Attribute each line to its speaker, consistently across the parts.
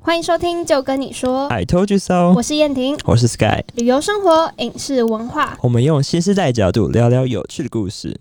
Speaker 1: 欢迎收听，就跟你说，
Speaker 2: I told you so
Speaker 1: 我。是燕婷。
Speaker 2: 我是 Sky，
Speaker 1: 旅游、生活、影视、文化，
Speaker 2: 我们用新时代角度聊聊有趣的故事。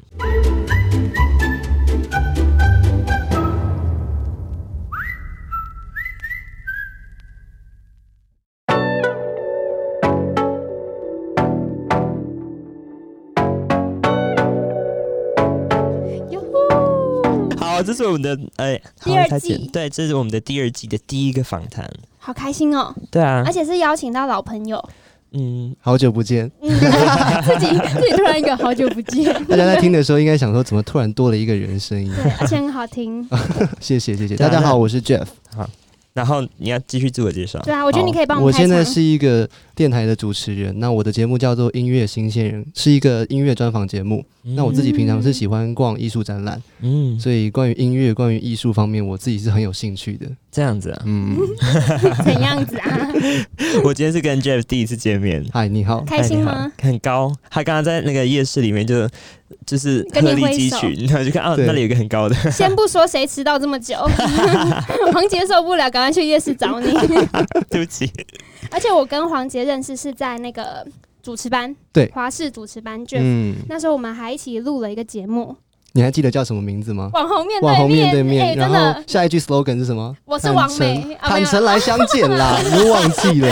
Speaker 1: 哟呼，
Speaker 2: 好，这是我们的哎，
Speaker 1: 第二
Speaker 2: 好开始
Speaker 1: 季
Speaker 2: 对，这是我们的第二季的第一个访谈。
Speaker 1: 好开心哦！
Speaker 2: 对啊
Speaker 1: 而，且是邀请到老朋友，
Speaker 2: 嗯，
Speaker 3: 好久不见，
Speaker 1: 嗯，自己自己突然一个好久不 见，
Speaker 3: 大家在听的时候应该想说，怎么突然多了一个人声音？啊
Speaker 1: 对，而且很好听。
Speaker 3: 谢谢谢谢，
Speaker 2: 对啊
Speaker 3: 大家好，我是 Jeff。
Speaker 2: 然后你要继续自我介绍。
Speaker 1: 对啊，我觉得你可以帮
Speaker 3: 好
Speaker 1: 我
Speaker 3: 哦我
Speaker 1: 们开
Speaker 3: 现
Speaker 1: 场
Speaker 3: 在。是一个电台的主持人，那我的节目叫做《音乐新鲜人》，是一个音乐专访节目。
Speaker 1: 嗯
Speaker 3: 那我自己平常是喜欢逛艺术展览，
Speaker 2: 嗯，
Speaker 3: 所以关于音乐、关于艺术方面，我自己是很有兴趣的。
Speaker 2: 这样子啊。
Speaker 3: 嗯，
Speaker 1: 怎样子啊？
Speaker 2: 我今天是跟 Jeff 第一次见面，
Speaker 3: 嗨，你好，
Speaker 1: 开心吗
Speaker 2: 哎？你好很高。他刚刚在那个夜市里面就就是
Speaker 1: 跟你
Speaker 2: 鹤立
Speaker 1: 挥
Speaker 2: 鸡
Speaker 1: 手
Speaker 2: 群，然后就看哦，
Speaker 3: 对
Speaker 2: 那里有一个很高的。
Speaker 1: 先不说谁迟到这么久， 黄杰受不了，赶快去夜市找 你。
Speaker 2: 对不起，
Speaker 1: 而且我跟黄杰认识是在那个主持班，
Speaker 3: 对
Speaker 1: 华视主持班卷。
Speaker 3: 嗯，
Speaker 1: 那时候我们还一起录了一个节目，
Speaker 3: 你还记得叫什么名字吗？
Speaker 1: 网红面
Speaker 3: 网红面
Speaker 1: 面，
Speaker 3: 对面，
Speaker 1: 哎、真
Speaker 3: 然后
Speaker 1: 的，
Speaker 3: 下一句 slogan 是什么？
Speaker 1: 我是王
Speaker 3: 坦
Speaker 1: 美
Speaker 3: 诚
Speaker 1: 啊没有
Speaker 3: 坦诚来相见啦， 你都忘记了。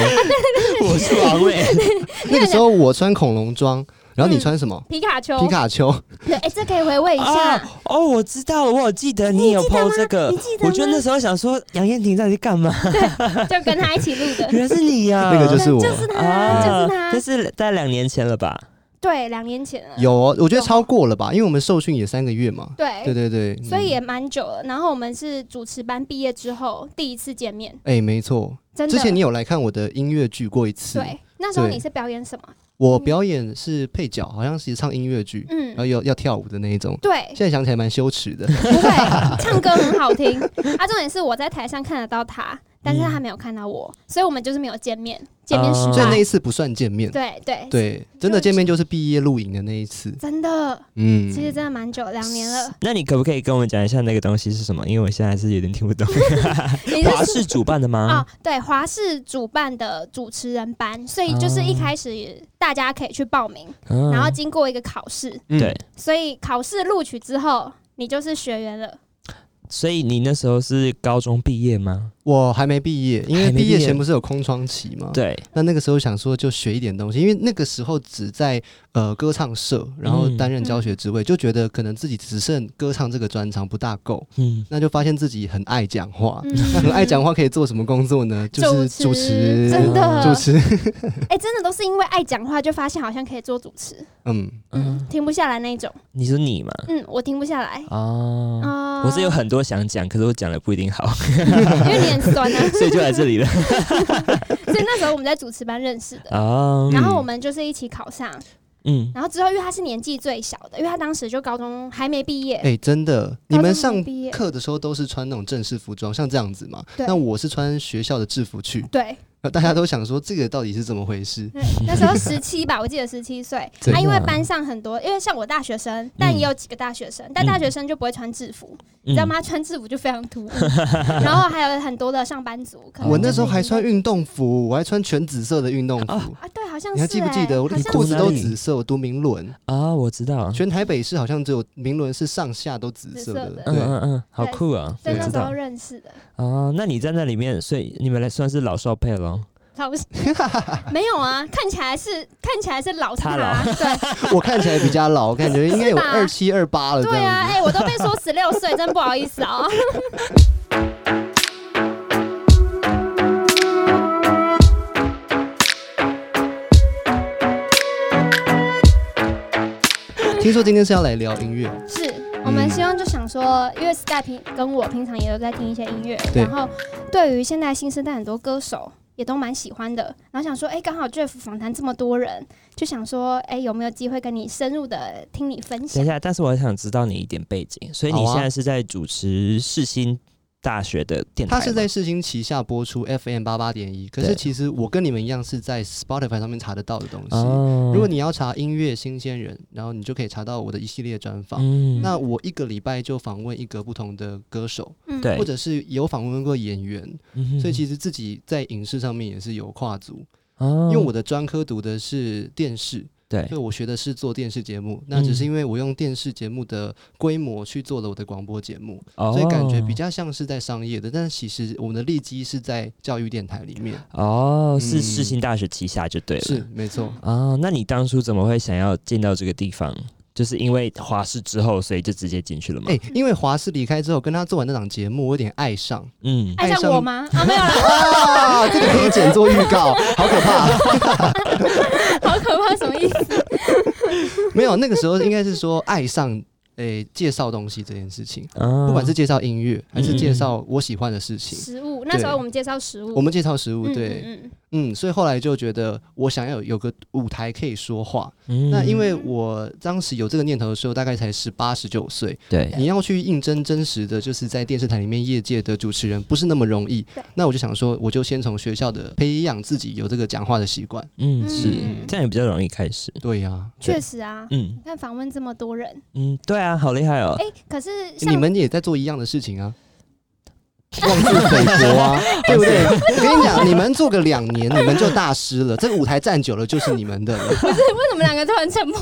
Speaker 2: 我是王伟。
Speaker 3: 那个时候我穿恐龙装，然后
Speaker 1: 嗯
Speaker 3: 你穿什么？
Speaker 1: 皮卡丘，
Speaker 3: 皮卡啊丘。
Speaker 1: 对，哎、这可以回味一下。
Speaker 2: 哦哦，我知道了，我有记得你有 PO 这个
Speaker 1: 你，记得吗
Speaker 2: 我觉得那时候想说杨燕婷到底干嘛？
Speaker 1: 就跟他一起录 的，
Speaker 2: 原来是你呀、
Speaker 3: 那个就是我
Speaker 1: 就是他，
Speaker 2: 啊，
Speaker 1: 就是他，
Speaker 2: 这是在两年前了吧？
Speaker 1: 对，两年前了，
Speaker 3: 有哦，我觉得超过了吧，因为我们受训也三个月嘛。
Speaker 1: 对，
Speaker 3: 对对对，
Speaker 1: 哎所以
Speaker 3: 嗯
Speaker 1: 也蛮久了。然后我们是主持班毕业之后第一次见面，
Speaker 3: 哎、没错，
Speaker 1: 真的。
Speaker 3: 之前你有来看我的音乐剧过一次，
Speaker 1: 对，那时候
Speaker 3: 对
Speaker 1: 你是表演什么？
Speaker 3: 我表演是配角，好像是唱音乐剧，
Speaker 1: 嗯
Speaker 3: 然，后有要跳舞的那一种。
Speaker 1: 对，
Speaker 3: 呃现在想起来蛮羞 耻的，
Speaker 1: 不 会，唱歌很好听。啊，重点是我在台上看得到他，但是他没有看到我，所以我们就是没有见面，见面失
Speaker 2: 哦
Speaker 3: 嗯啊所以那
Speaker 1: 败。
Speaker 3: 一次不算见面。
Speaker 1: 对对，
Speaker 3: 对，真的见面就是毕业录影的那一次。
Speaker 1: 真的，
Speaker 3: 嗯，
Speaker 1: 其实真的蛮久，两年了。
Speaker 2: 那你可不可以跟我们讲一下那个东西是什么？因为我现在还是有点听不懂。
Speaker 1: 你
Speaker 2: 华
Speaker 1: 是
Speaker 2: 视主办的
Speaker 1: 哦
Speaker 2: 吗？，
Speaker 1: 对，华视主办的主持人班，所以就是一开始大家可以去报名，
Speaker 2: 哦嗯
Speaker 1: 哦然后经过一个考试，
Speaker 3: 嗯
Speaker 2: 对，
Speaker 1: 所以考试录取之后，你就是学员了。
Speaker 2: 所以你那时候是高中毕业吗？
Speaker 3: 我还没毕业，因为
Speaker 2: 还没
Speaker 3: 毕
Speaker 2: 毕业
Speaker 3: 业前不是有空窗期吗？。
Speaker 2: 对，
Speaker 3: 那那个时候想说就学一点东西，因为那个时候只在呃歌唱社，然后
Speaker 2: 嗯
Speaker 3: 担任教学职位，就觉得可能自己只剩歌唱这个专长不大够，
Speaker 2: 嗯，
Speaker 3: 那就发现自己很爱讲话。
Speaker 1: 嗯
Speaker 3: 那很爱讲话可以做什么工作呢？ 就是
Speaker 1: 主
Speaker 3: 主
Speaker 1: 持
Speaker 3: 持，
Speaker 1: 真的
Speaker 3: 主持。
Speaker 1: 哎、真的都是因为爱讲话，就发现好像可以做主持，
Speaker 3: 嗯，
Speaker 1: 嗯
Speaker 2: 嗯，
Speaker 1: 停不下来那一种。
Speaker 2: 你说你嘛？
Speaker 1: 嗯，我停不下来。
Speaker 2: 哦，
Speaker 1: 啊、
Speaker 2: 我是有很多想讲，可是我讲的不一定好，
Speaker 1: 因为你很酸啊，
Speaker 2: 所以就来这里 了。
Speaker 1: 所以那时候我们在主持班认识的，
Speaker 2: 哦，
Speaker 1: 然后我们就是一起考上，
Speaker 2: 嗯，
Speaker 1: 然后之后因为他是年纪最小的，因为他当时就高中还没毕业，
Speaker 3: 哎、真的，
Speaker 1: 高
Speaker 3: 你
Speaker 1: 中
Speaker 3: 们
Speaker 1: 没
Speaker 3: 上
Speaker 1: 毕业
Speaker 3: 课的时候都是穿那种正式服装，像这样子嘛？
Speaker 1: 对
Speaker 3: 那我是穿学校的制服去，
Speaker 1: 对，
Speaker 3: 呃大家都想说这个到底是怎么回事？
Speaker 1: 对，那时候十七吧，我记得十七岁。
Speaker 2: 真的
Speaker 1: 啊，因为
Speaker 2: 啊嗯
Speaker 1: 班上很多，因为像我大学生，但也有几个大学生，但大学生就不会穿制服，你知道
Speaker 2: 嗯？
Speaker 1: 吗？穿制服就非常突兀。然后还有很多的上班族，可能
Speaker 3: 我
Speaker 1: 就
Speaker 3: 那
Speaker 1: 是
Speaker 3: 时候还
Speaker 1: 已经
Speaker 3: 穿运动服，我还穿全紫色的运动服。
Speaker 2: 啊
Speaker 1: 啊，对，好像是、欸。
Speaker 3: 你还记不记得？我
Speaker 1: 好
Speaker 3: 连
Speaker 1: 像
Speaker 3: 裤子
Speaker 1: 是
Speaker 3: 都
Speaker 2: 是
Speaker 3: 紫色，我读明伦，
Speaker 2: 啊，我知道，
Speaker 3: 全台北市好像只有明伦是上下都紫
Speaker 1: 紫
Speaker 3: 色
Speaker 1: 色
Speaker 3: 的。
Speaker 1: 的
Speaker 2: 嗯
Speaker 3: 对，
Speaker 2: 嗯嗯，好酷啊！
Speaker 1: 对，
Speaker 3: 对
Speaker 1: 那
Speaker 2: 我知
Speaker 1: 时候
Speaker 2: 道
Speaker 1: 认识的。
Speaker 2: 哦，那你在那里面，所以你们来算是老少配喽。
Speaker 1: 老 师没有啊，看起来是看起来是老是
Speaker 2: 他
Speaker 1: 他，
Speaker 2: 老
Speaker 1: 对
Speaker 3: 我看起来比较老，我感觉应该有
Speaker 1: 是吧
Speaker 3: 二七二八了这
Speaker 1: 对啊，
Speaker 3: 样
Speaker 1: 哎
Speaker 3: 子。、
Speaker 1: 我都被说十六岁，真不好意思啊、
Speaker 3: 听说今天是要来聊音乐，
Speaker 1: 是我们
Speaker 3: 嗯
Speaker 1: 希望就想说，因为 Sky 平跟我平常也有在听一些音乐，
Speaker 3: 对
Speaker 1: 然后对于现在新生代很多歌手也都蛮喜欢的，然后想说，哎、刚好 Jeff 访谈这么多人，就想说，哎、有没有机会跟你深入的听你分
Speaker 2: 等
Speaker 1: 享
Speaker 2: 一？下，但是我想知道你一点背景，所以你
Speaker 3: 好啊
Speaker 2: 现在是在主持世新大学的电台
Speaker 3: 它
Speaker 2: 吗，
Speaker 3: 是在世新旗下播出 FM 八八点一，可是
Speaker 2: 对
Speaker 3: 其实我跟你们一样是在 Spotify 上面查得到的东西。
Speaker 2: 哦，
Speaker 3: 如果你要查音乐新鲜人，然后你就可以查到我的一系列专访。
Speaker 2: 嗯
Speaker 3: 那我一个礼拜就访问一个不同的歌手，
Speaker 1: 嗯
Speaker 2: 对
Speaker 3: 或者是有访问过演员，
Speaker 2: 嗯
Speaker 3: 所以其实自己在影视上面也是有跨足。
Speaker 2: 哦
Speaker 3: 因为我的专科读的是电视，
Speaker 2: 对
Speaker 3: 所以我学的是做电视节目。那只是因为我用电视节目的规模去做了我的广播节目，所以感觉比较像是在商业的，但是其实我们的利基是在教育电台里面。
Speaker 2: 哦，哦是
Speaker 3: 嗯
Speaker 2: 世新大学旗下就对了，
Speaker 3: 是没错，
Speaker 2: 哦，那你当初怎么会想要进到这个地方？就是因为华视之后，所以就直接进去了吗？
Speaker 3: 哎、因为华视离开之后，跟他做完那档节目，我有点爱上
Speaker 2: 嗯，
Speaker 1: 爱上我吗？啊，没有啦，
Speaker 3: 啊，这个可以剪做预 告，好可怕。
Speaker 1: 好可怕，什么意思？
Speaker 3: 没有，那个时候应该是说爱上诶、介绍东西这件事情，
Speaker 2: 不
Speaker 3: 不管是介绍音乐还是介
Speaker 2: 嗯
Speaker 3: 绍我喜欢的事情，
Speaker 1: 食物，那时候
Speaker 3: 对
Speaker 1: 我们介绍食物，
Speaker 3: 我们介绍食物，
Speaker 1: 嗯
Speaker 3: 对，
Speaker 1: 嗯嗯
Speaker 3: 嗯，所以后来就觉得我想要有有个舞台可以说话。
Speaker 2: 嗯
Speaker 3: 那因为我当时有这个念头的时候，大概才十八十九岁，
Speaker 2: 对嗯
Speaker 3: 你要去应征真实的，就是在电视台里面业界的主持人，不是那么容易
Speaker 1: 对。
Speaker 3: 那我就想说，我就先从学校的培养自己有这个讲话的习惯。
Speaker 2: 嗯是
Speaker 1: 嗯
Speaker 2: 这样也比较容易开始。
Speaker 3: 对呀、
Speaker 1: 确实啊，
Speaker 2: 嗯
Speaker 1: 你看访问这么多人，
Speaker 2: 嗯，对啊，好厉害哦！
Speaker 1: 哎，可是像
Speaker 3: 你们也在做一样的事情啊。妄自菲薄啊，对不对？我跟你讲，你们做个两年，你们就大师了。这个舞台站久了就是你们的了。
Speaker 1: 为什么两个突然沉默？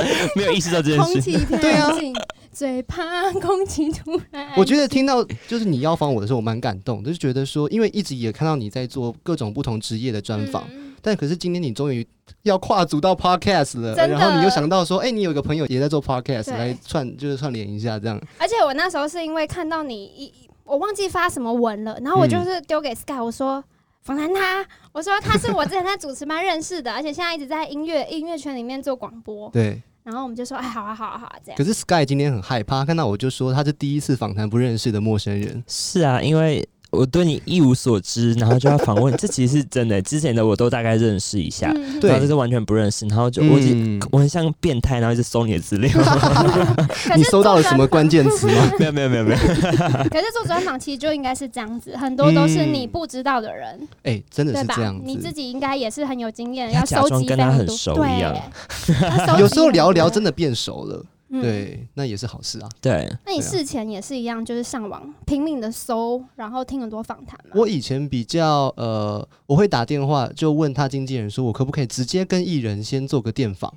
Speaker 2: 没有意识到这
Speaker 1: 空
Speaker 2: 件事，
Speaker 1: 气一片
Speaker 3: 对啊
Speaker 1: 安静，嘴巴空气突然安静。
Speaker 3: 我觉得听到就是你邀访我的时候，我蛮感动，就是觉得说，因为一直也看到你在做各种不同职业的专访，
Speaker 1: 嗯
Speaker 3: 但可是今天你终于要跨足到 podcast 了，
Speaker 1: 真的
Speaker 3: 然后你又想到说，哎、你有一个朋友也在做 podcast，
Speaker 1: 对
Speaker 3: 来串就是串联一下这样。
Speaker 1: 而且我那时候是因为看到你一，我忘记发什么文了，然后我
Speaker 3: 嗯
Speaker 1: 就是丢给 Sky，我说。访谈他，我说他是我之前在主持班认识的，而且现在一直在音乐音乐圈里面做广播。
Speaker 3: 对，
Speaker 1: 然后我们就说，哎，好啊，好啊，好啊，这样
Speaker 3: 可。是 Sky 今天很害怕，看到我就说他是第一次访谈不认识的陌生人。
Speaker 2: 是啊，因为我对你一无所知，然后就要访问，这其实是真的。之前的我都大概认识一下，
Speaker 1: 嗯
Speaker 3: 对
Speaker 2: 然后这是完全不认识，然后就我已经。
Speaker 3: 嗯
Speaker 2: 我很像变态，然后一直搜你的资料。
Speaker 1: 可是
Speaker 3: 你搜到了什
Speaker 1: 做
Speaker 3: 么
Speaker 1: 专
Speaker 3: 关键词吗？
Speaker 2: 没有没有没有没有，
Speaker 1: 可是做专访其实就应该是这样子，很多都是你不知道的人，
Speaker 3: 哎、真的
Speaker 1: 对
Speaker 3: 是
Speaker 1: 吧
Speaker 3: 这样？
Speaker 1: 你自
Speaker 3: 子。
Speaker 1: 己应该也是很有经验，
Speaker 2: 要
Speaker 1: 要
Speaker 2: 假
Speaker 1: 收
Speaker 2: 装
Speaker 1: 集
Speaker 2: 跟
Speaker 1: 非
Speaker 2: 他
Speaker 1: 常
Speaker 2: 很
Speaker 1: 多
Speaker 2: 熟
Speaker 1: 对
Speaker 2: 一样
Speaker 1: 要收集
Speaker 3: 有时候聊聊
Speaker 1: 很多
Speaker 3: 真的变熟了，。
Speaker 1: 嗯
Speaker 3: 对，那也是好事啊。
Speaker 2: 对，
Speaker 1: 那你
Speaker 3: 对啊
Speaker 1: 事前也是一样，就是上网拼命的搜，然后听很多访谈嘛。
Speaker 3: 我以前比较呃，我会打电话就问他经纪人说，我可不可以直接跟艺人先做个电访，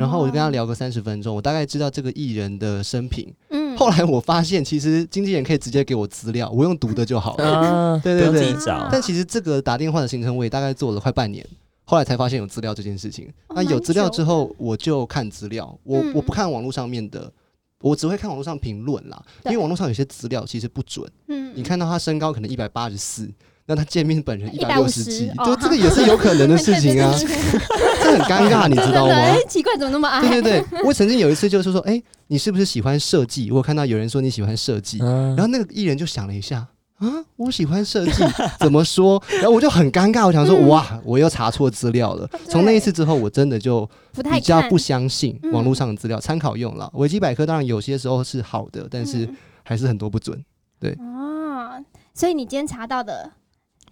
Speaker 3: 然后我就跟他
Speaker 1: 哦，
Speaker 3: 聊个三十分钟，我大概知道这个艺人的生平。
Speaker 1: 嗯
Speaker 3: 后来我发现，其实经纪人可以直接给我资料，我用读的就好了。
Speaker 2: 啊，
Speaker 3: 对对
Speaker 2: 不用自
Speaker 3: 对
Speaker 2: 己
Speaker 1: 嗯
Speaker 2: 找。
Speaker 3: 但其实这个打电话的行程，我也大概做了快半年。后来才发现有资料这件事情。
Speaker 1: 哦
Speaker 3: 那有
Speaker 1: 蛮
Speaker 3: 资料
Speaker 1: 久
Speaker 3: 之后，我就看资料，我我不
Speaker 1: 嗯
Speaker 3: 看网络上面的，我只会看网络上评论啦。因
Speaker 1: 对
Speaker 3: 为网络上有些资料其实不准。
Speaker 1: 嗯
Speaker 3: 你看到他身高可能一百八十四，那他见面本人一百六十
Speaker 1: 150
Speaker 3: 几，
Speaker 1: 哦，
Speaker 3: 就这个也是有可能的事情啊
Speaker 1: 真
Speaker 3: 这很尴尬，你知道
Speaker 1: 的，
Speaker 3: 吗
Speaker 1: 哎？，奇怪，怎么那么矮？
Speaker 3: 对对对，我曾经有一次就是说，哎、你是不是喜欢设计？我有看到有人说你喜欢设计，
Speaker 2: 嗯
Speaker 3: 然后那个艺人就想了一下。啊，我喜欢设计， 怎么说？然后我就很尴尬，我想说，
Speaker 1: 嗯
Speaker 3: 哇，我又查错资料了。从那一次之后，我真的就
Speaker 1: 不太
Speaker 3: 比较
Speaker 1: 看
Speaker 3: 不相信
Speaker 1: 嗯
Speaker 3: 网络上的资料，参考用了。维基百科当然有些时候是好的，但是还是很多不准。
Speaker 1: 嗯哦，所以你今天查到的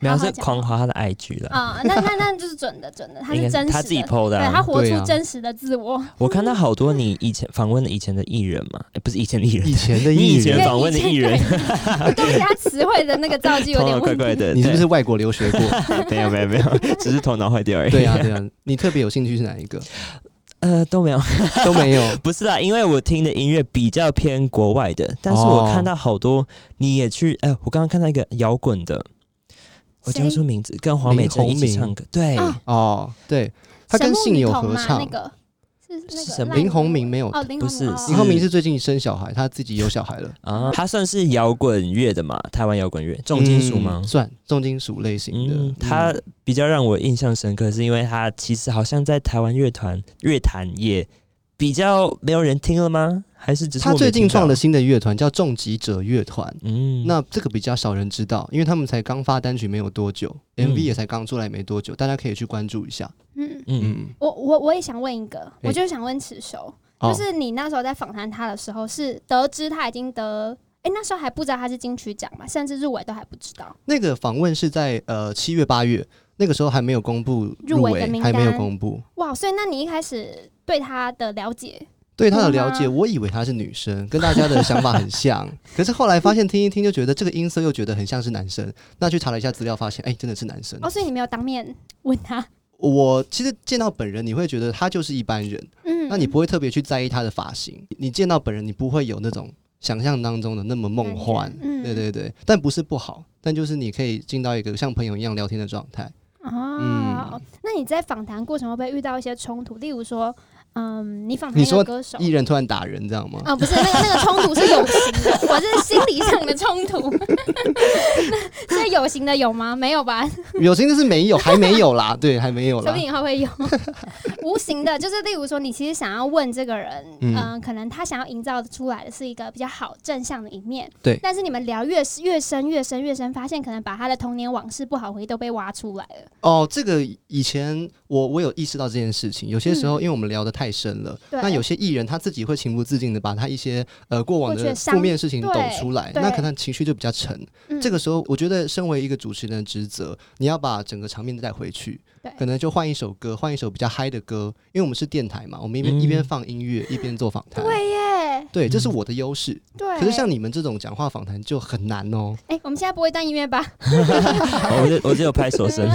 Speaker 2: 没有
Speaker 1: 好好
Speaker 2: 是
Speaker 1: 讲
Speaker 2: 狂滑他的 IG 了，
Speaker 1: 啊，那那那就是准的，准的，他
Speaker 2: 应该
Speaker 1: 真实的，
Speaker 2: 他自己 PO 的
Speaker 1: 对
Speaker 2: 啊。
Speaker 1: 他活
Speaker 3: 对
Speaker 1: 出
Speaker 3: 啊
Speaker 1: 真实的自我。
Speaker 2: 我看到好多你以前访问的以前的艺人嘛，哎，不是以前的艺人
Speaker 3: 以，前的
Speaker 2: 你
Speaker 3: 艺
Speaker 2: 以前
Speaker 3: 人，
Speaker 2: 访问的艺人，
Speaker 1: 对不起，他词汇的那个造句有
Speaker 2: 头
Speaker 1: 点
Speaker 2: 脑怪
Speaker 1: 问
Speaker 2: 怪
Speaker 1: 题。
Speaker 2: 的。
Speaker 3: 你是
Speaker 2: 对
Speaker 3: 不是外国留学过？
Speaker 2: 没有没有没有，只是头脑坏掉而已。
Speaker 3: 对啊，对啊，你特别有兴趣是哪一 个？
Speaker 2: 呃，都没有，
Speaker 3: 都没有。
Speaker 2: 不是啦，因为我听的音乐比较偏国外的，但是我
Speaker 3: 哦
Speaker 2: 看到好多，你也去，哎、我刚刚看到一个摇滚的，我
Speaker 1: 谁
Speaker 2: 叫出名字，跟黄美珍一起
Speaker 3: 林宏
Speaker 2: 唱歌，对，
Speaker 1: 啊
Speaker 3: 哦，对，他跟信友合唱。
Speaker 1: 神木女童嘛那个是
Speaker 2: 是
Speaker 1: 那
Speaker 2: 什
Speaker 1: 个
Speaker 2: 么
Speaker 1: 烂
Speaker 3: 林宏明没有，
Speaker 1: 哦，林
Speaker 2: 不是
Speaker 1: 宏明哦
Speaker 3: 林宏明是最近生小孩，他自己有小孩了。
Speaker 2: 啊，他算是摇滚乐的嘛，台湾摇滚乐， 重金属吗
Speaker 3: 嗯？算重金属类型的。
Speaker 2: 嗯
Speaker 3: 嗯，
Speaker 2: 他比较让我印象深刻，是因为他其实好像在台湾乐团乐坛也比较没有人听了吗？还是只是
Speaker 3: 他
Speaker 2: 我没
Speaker 3: 最近
Speaker 2: 听到
Speaker 3: 创了，新的乐团叫重疾者乐团。
Speaker 2: 嗯，
Speaker 3: 那这个比较少人知道，因为他们才刚发单曲没有多久
Speaker 2: 嗯
Speaker 3: ，MV 也才刚出来没多久，大家可以去关注一下。
Speaker 1: 嗯，
Speaker 2: 嗯，
Speaker 3: 嗯，
Speaker 1: 我我我也想问一个，
Speaker 3: 哎
Speaker 1: 我就想问池熟，
Speaker 3: 哦
Speaker 1: 就，是你那时候在访谈他的时候，是得知他已经得。哎、哎、那时候还不知道他是金曲奖嘛，甚至入围都还不知道。
Speaker 3: 那个访问是在呃七月八月，那个时候还没有公布
Speaker 1: 入围的
Speaker 3: 围，
Speaker 1: 名
Speaker 3: 还没有
Speaker 1: 单
Speaker 3: 公布。
Speaker 1: 哇，所以那你一开始对他的了解，
Speaker 3: 对她的了解，
Speaker 1: 嗯啊
Speaker 3: 我以为她是女生，跟大家的想法很像。 可是后来发现听一听就觉得这个音色又觉得很像是男生，那去查了一下资料，发现哎、真的是男生。
Speaker 1: 哦，所以你没有当面问他，
Speaker 3: 我其实见到本人，你会觉得他就是一般人，
Speaker 1: 嗯，
Speaker 3: 那你不会特别去在意他的发型。你见到本人，你不会有那种想象当中的那么梦幻。
Speaker 1: 嗯
Speaker 3: 对对对，但不是不好，但就是你可以进到一个像朋友一样聊天的状态。
Speaker 1: 啊、
Speaker 3: 嗯
Speaker 1: 那你在访谈过程会不会遇到一些冲突？例如说，嗯，你访谈
Speaker 3: 你
Speaker 1: 一个
Speaker 3: 说
Speaker 1: 歌手，
Speaker 3: 艺人突然打人，这样吗？
Speaker 1: 啊、不是那个那个冲突是有形的，我是心理上的冲突。 那是有形的有吗？没有吧？
Speaker 3: 有些就是没有，还没有啦，对，还没有
Speaker 1: 说
Speaker 3: 啦
Speaker 1: 不定。以后会 有。无形的，就是例如说，你其实想要问这个人，嗯、
Speaker 3: 嗯
Speaker 1: 可能他想要营造出来的是一个比较好正向的一面。
Speaker 3: 对
Speaker 1: 但是你们聊越越深越深越深，发现可能把他的童年往事不好回忆都被挖出来了。
Speaker 3: 哦，这个以前我我有意识到这件事情，有些时候因为我们聊得太深了，
Speaker 1: 嗯对
Speaker 3: 那有些艺人他自己会情不自禁的把他一些呃过往
Speaker 1: 过去
Speaker 3: 的
Speaker 1: 的伤
Speaker 3: 负面事情抖
Speaker 1: 对
Speaker 3: 出来，
Speaker 1: 对
Speaker 3: 那可能情绪就比较沉。
Speaker 1: 嗯，
Speaker 3: 这个时候，我觉得身为一个主持人的职责，你要把整个场面带回去
Speaker 1: 对，
Speaker 3: 可能就换一首歌，换一首比较嗨的歌，因为我们是电台嘛，我们一边、
Speaker 2: 嗯
Speaker 3: 一边放音乐一边做访谈。
Speaker 1: 嗯对耶，
Speaker 3: 对，这是我的优势。
Speaker 1: 对。
Speaker 3: 可是像你们这种讲话访谈就很难哦。
Speaker 1: 哎、我们现在播一段音乐 吧。
Speaker 2: 哦我就我只有拍手声。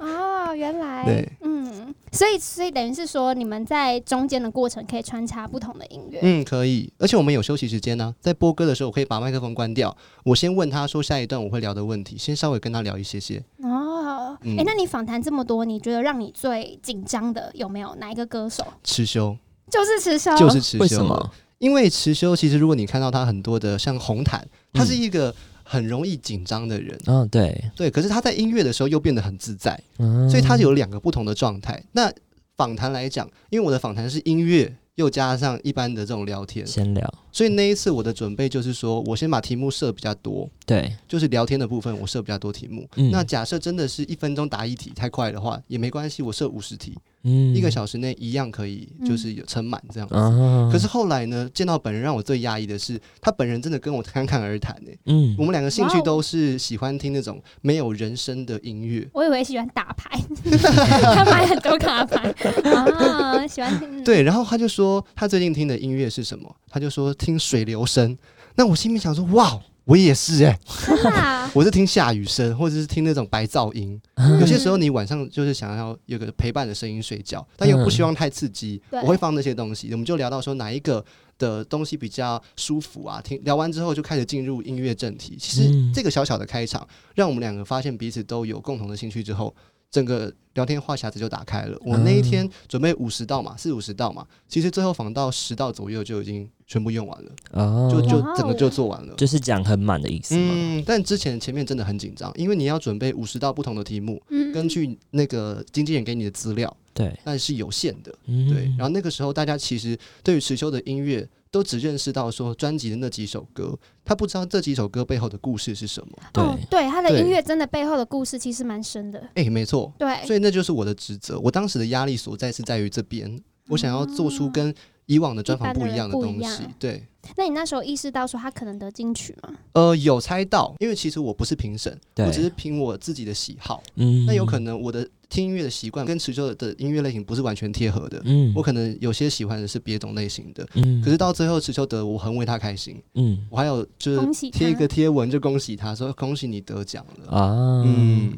Speaker 1: 哦，原来，
Speaker 3: 对，
Speaker 1: 嗯，所以所以等于是说，你们在中间的过程可以穿插不同的音乐。
Speaker 3: 嗯，可以。而且我们有休息时间呢、在播歌的时候，我可以把麦克风关掉，我先问他说下一段我会聊的问题，先稍微跟他聊一些些。
Speaker 1: 哦，哎、
Speaker 3: 嗯
Speaker 1: 那你访谈这么多，你觉得让你最紧张的有没有哪一个歌手？
Speaker 3: 持修
Speaker 1: 就是池修，
Speaker 3: 就是持修，
Speaker 2: 啊为什么？？
Speaker 3: 因为持修其实如果你看到他很多的像红毯，他是一个很容易紧张的人。
Speaker 2: 嗯、对，
Speaker 3: 对，可是他在音乐的时候又变得很自在，
Speaker 2: 嗯
Speaker 3: 所以他有两个不同的状态。那访谈来讲，因为我的访谈是音乐，又加上一般的这种聊天，
Speaker 2: 闲聊，
Speaker 3: 所以那一次我的准备就是说我先把题目设比较多，
Speaker 2: 对，
Speaker 3: 就是聊天的部分，我设比较多题目。
Speaker 2: 嗯
Speaker 3: 那假设真的是一分钟答一题太快的话，也没关系，我设五十题，
Speaker 2: 嗯
Speaker 3: 一个小时内一样可以，
Speaker 1: 嗯
Speaker 3: 就是有撑满这样子。
Speaker 2: 啊
Speaker 3: 可是后来呢，见到本人让我最压抑的是，他本人真的跟我侃侃而谈诶、
Speaker 2: 嗯
Speaker 3: 我们两个兴
Speaker 1: 哇
Speaker 3: 趣
Speaker 1: 哦
Speaker 3: 都是喜欢听那种没有人声的音乐。
Speaker 1: 我以为喜欢打牌， 他买很多卡牌啊，喜欢听。
Speaker 3: 对，然后他就说他最近听的音乐是什么？他就说听水流声。那我心里想说，哇，哦我也是诶、
Speaker 1: 真的啊，
Speaker 3: 我是听下雨声，或者是听那种白噪音。有
Speaker 1: 嗯
Speaker 3: 些时候你晚上就是想要有个陪伴的声音睡觉，但又不希望太刺激，
Speaker 1: 对
Speaker 3: 我会放那些东西。我们就聊到说哪一个的东西比较舒服啊？听聊完之后就开始进入音乐正题。其实
Speaker 2: 嗯
Speaker 3: 这个小小的开场，让我们两个发现彼此都有共同的兴趣之后。整个聊天话匣子就打开了。我那一天准备五十道嘛，四五十道嘛，其实最后访到十道左右就已经全部用完了，
Speaker 2: 哦，
Speaker 3: 就就
Speaker 1: 哇哦
Speaker 3: 整个就做完了。
Speaker 2: 就是讲很满的意思嘛。
Speaker 3: 嗯，但之前前面真的很紧张，因为你要准备五十道不同的题目，
Speaker 1: 嗯
Speaker 3: 根据那个经纪人给你的资料，
Speaker 2: 对，
Speaker 3: 那是有限的。
Speaker 2: 嗯
Speaker 3: 对，然后那个时候大家其实对于池修的音乐都只认识到说专辑的那几首歌，他不知道这几首歌背后的故事是什么。
Speaker 1: 哦，对，他的
Speaker 3: 对
Speaker 1: 音乐真的背后的故事其实蛮深的。
Speaker 3: 诶，没错，
Speaker 1: 对，啊
Speaker 3: 所以那就是我的职责。我当时的压力所在是在于这边，我想要做出跟以往的专访不一样的
Speaker 1: 一般
Speaker 3: 东
Speaker 1: 的人
Speaker 3: 西
Speaker 1: 不一样。啊
Speaker 3: 对，
Speaker 1: 那你那时候意识到说他可能得金曲吗？
Speaker 3: 呃，有猜到，因为其实我不是评审，
Speaker 2: 对
Speaker 3: 我只是凭我自己的喜好。
Speaker 2: 嗯
Speaker 3: 那有可，能我的听音乐的习惯跟池修的音乐类型不是完全贴合的，
Speaker 2: 嗯
Speaker 3: 我可能有些喜欢的是别种类型的。
Speaker 2: 嗯
Speaker 3: 可是到最后，池修德我很为他开心，
Speaker 2: 嗯
Speaker 3: 我还有就
Speaker 1: 恭
Speaker 3: 是
Speaker 1: 喜
Speaker 3: 贴一
Speaker 1: 他
Speaker 3: 个贴文就恭喜他说恭喜你得奖了。
Speaker 2: 啊，嗯，
Speaker 3: 嗯，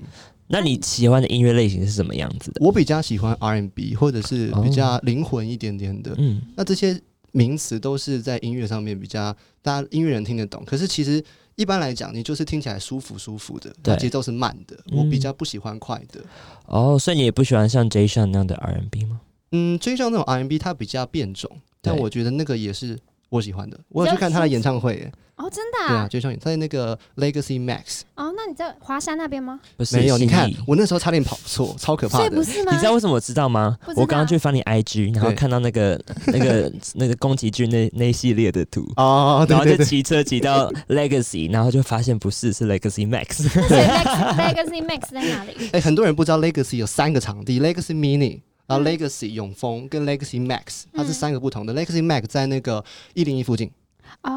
Speaker 2: 那你喜欢的音乐类型是什么样子的？
Speaker 3: 我比较喜欢 R&B 或者是比较灵魂一点点的，
Speaker 2: 哦嗯
Speaker 3: 那这些名词都是在音乐上面比较大家音乐人听得懂，可是其实。一般来讲，你就是听起来舒服舒服的，它
Speaker 2: 对
Speaker 3: 节奏是慢的。
Speaker 2: 嗯
Speaker 3: 我比较不喜欢快的，
Speaker 2: 哦，所以你也不喜欢像 J a s o n 那样的 R&B 吗？
Speaker 3: 嗯，追上那种 R&B 它比较变种，但我觉得那个也是我喜欢的。我有去看他的演唱会耶，
Speaker 1: 哦，真的、
Speaker 3: 对啊，追上在那个 Legacy Max
Speaker 1: 哦，那你在华山那边吗？
Speaker 2: 不是，
Speaker 3: 没有，你看
Speaker 2: 信义
Speaker 3: 我那时候差点跑错，超可
Speaker 1: 所
Speaker 3: 怕
Speaker 1: 以不
Speaker 3: 的。
Speaker 1: 是吗？
Speaker 2: 你知道为什么我知道吗？
Speaker 1: 不知道
Speaker 2: 我刚刚去翻你 IG，然后
Speaker 3: 对
Speaker 2: 看到那个 那个那个宫崎骏那那一系列的图，
Speaker 3: 哦，
Speaker 2: 然
Speaker 3: 对
Speaker 2: 后
Speaker 3: 对
Speaker 2: 就
Speaker 3: 对，
Speaker 2: 骑车骑到 Legacy，然后就发现不是是 Legacy Max，
Speaker 1: 那所以 Legacy Legacy Max 在哪 里？
Speaker 3: 哎，很多人不知道 Legacy 有三个场地，Legacy Mini。然后
Speaker 1: 嗯
Speaker 3: Legacy 永丰跟 Legacy Max，它
Speaker 1: 嗯
Speaker 3: 是三个不同的。Legacy Max 在那个一零一附近，
Speaker 1: 哦，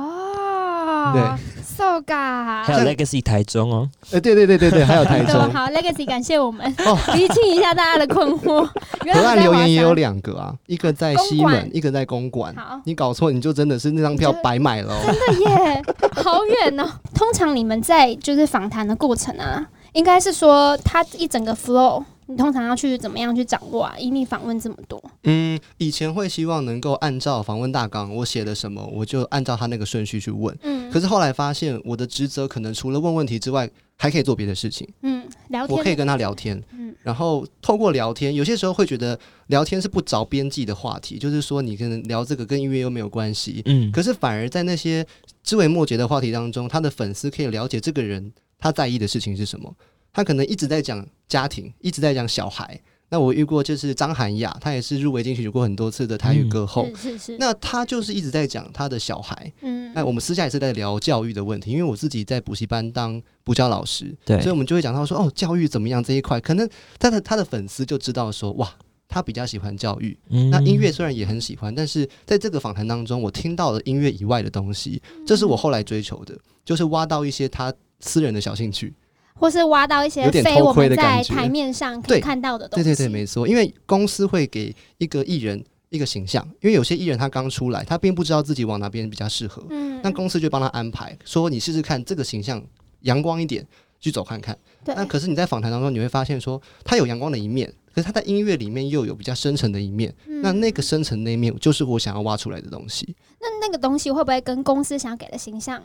Speaker 1: 哦，so
Speaker 2: 还
Speaker 1: ga，
Speaker 2: 有 Legacy 台中哦，
Speaker 3: 呃，对对对对 对，还有台
Speaker 1: 对，啊
Speaker 3: 中，
Speaker 1: 好，Legacy 感谢我们
Speaker 3: 哦
Speaker 1: 厘清一下大家的困惑。原
Speaker 3: 河
Speaker 1: 来
Speaker 3: 岸
Speaker 1: 在
Speaker 3: 留
Speaker 1: 华
Speaker 3: 言也
Speaker 1: 山
Speaker 3: 有两个啊，一个在西
Speaker 1: 公
Speaker 3: 门，
Speaker 1: 馆
Speaker 3: 一个在公馆。
Speaker 1: 好，
Speaker 3: 你搞错，你就真的是那张票
Speaker 1: 你就
Speaker 3: 白买 了、哦。
Speaker 1: 真的耶，好远哦。通常你们在就是访谈的过程啊，应该是说它一整个 flow，你通常要去怎么样去掌握啊？以你访问这么多，
Speaker 3: 嗯，以前会希望能够按照访问大纲，我写的什么，我就按照他那个顺序去问。
Speaker 1: 嗯
Speaker 3: 可是后来发现，我的职责可能除了问问题之外，还可以做别的事情。
Speaker 1: 嗯，聊天
Speaker 3: 我可以跟他聊天，
Speaker 1: 嗯
Speaker 3: 然后透过聊天，有些时候会觉得聊天是不着边际的话题，就是说你跟聊这个跟音乐又没有关系，
Speaker 2: 嗯，
Speaker 3: 可是反而在那些枝微末节的话题当中，他的粉丝可以了解这个人他在意的事情是什么。他可能一直在讲家庭，一直在讲小孩。那我遇过就是张涵雅，她也是入围金曲有过很多次的台语歌后。
Speaker 1: 是是是，
Speaker 3: 那她就是一直在讲她的小孩。
Speaker 1: 嗯
Speaker 3: 那我们私下也是在聊教育的问题，因为我自己在补习班当补教老师，
Speaker 2: 对
Speaker 3: 所以我们就会讲到说哦，教育怎么样这一块，可能他的他的粉丝就知道说哇，他比较喜欢教育，
Speaker 2: 嗯
Speaker 3: 那音乐虽然也很喜欢，但是在这个访谈当中，我听到了音乐以外的东西，
Speaker 1: 嗯
Speaker 3: 这是我后来追求的，就是挖到一些他私人的小兴趣。
Speaker 1: 或是挖到一些
Speaker 3: 有点
Speaker 1: 非
Speaker 3: 偷
Speaker 1: 我
Speaker 3: 窥
Speaker 1: 们
Speaker 3: 的
Speaker 1: 在
Speaker 3: 感觉
Speaker 1: 台面上可以
Speaker 3: 对
Speaker 1: 看到的东
Speaker 3: 对
Speaker 1: 西。
Speaker 3: 对对，没错，因为公司会给一个艺人一个形象，因为有些艺人他刚出来，他并不知道自己往哪边比较适合，
Speaker 1: 嗯，
Speaker 3: 那公司就帮他安排，说你试试看这个形象阳光一点，去走看看。
Speaker 1: 对
Speaker 3: 那可是你在访谈当中，你会发现说他有阳光的一面，可是他在音乐里面又有比较深沉的一面，那
Speaker 1: 嗯
Speaker 3: 那个深沉那一面就是我想要挖出来的东西。
Speaker 1: 那那个东西会不会跟公司想给的形象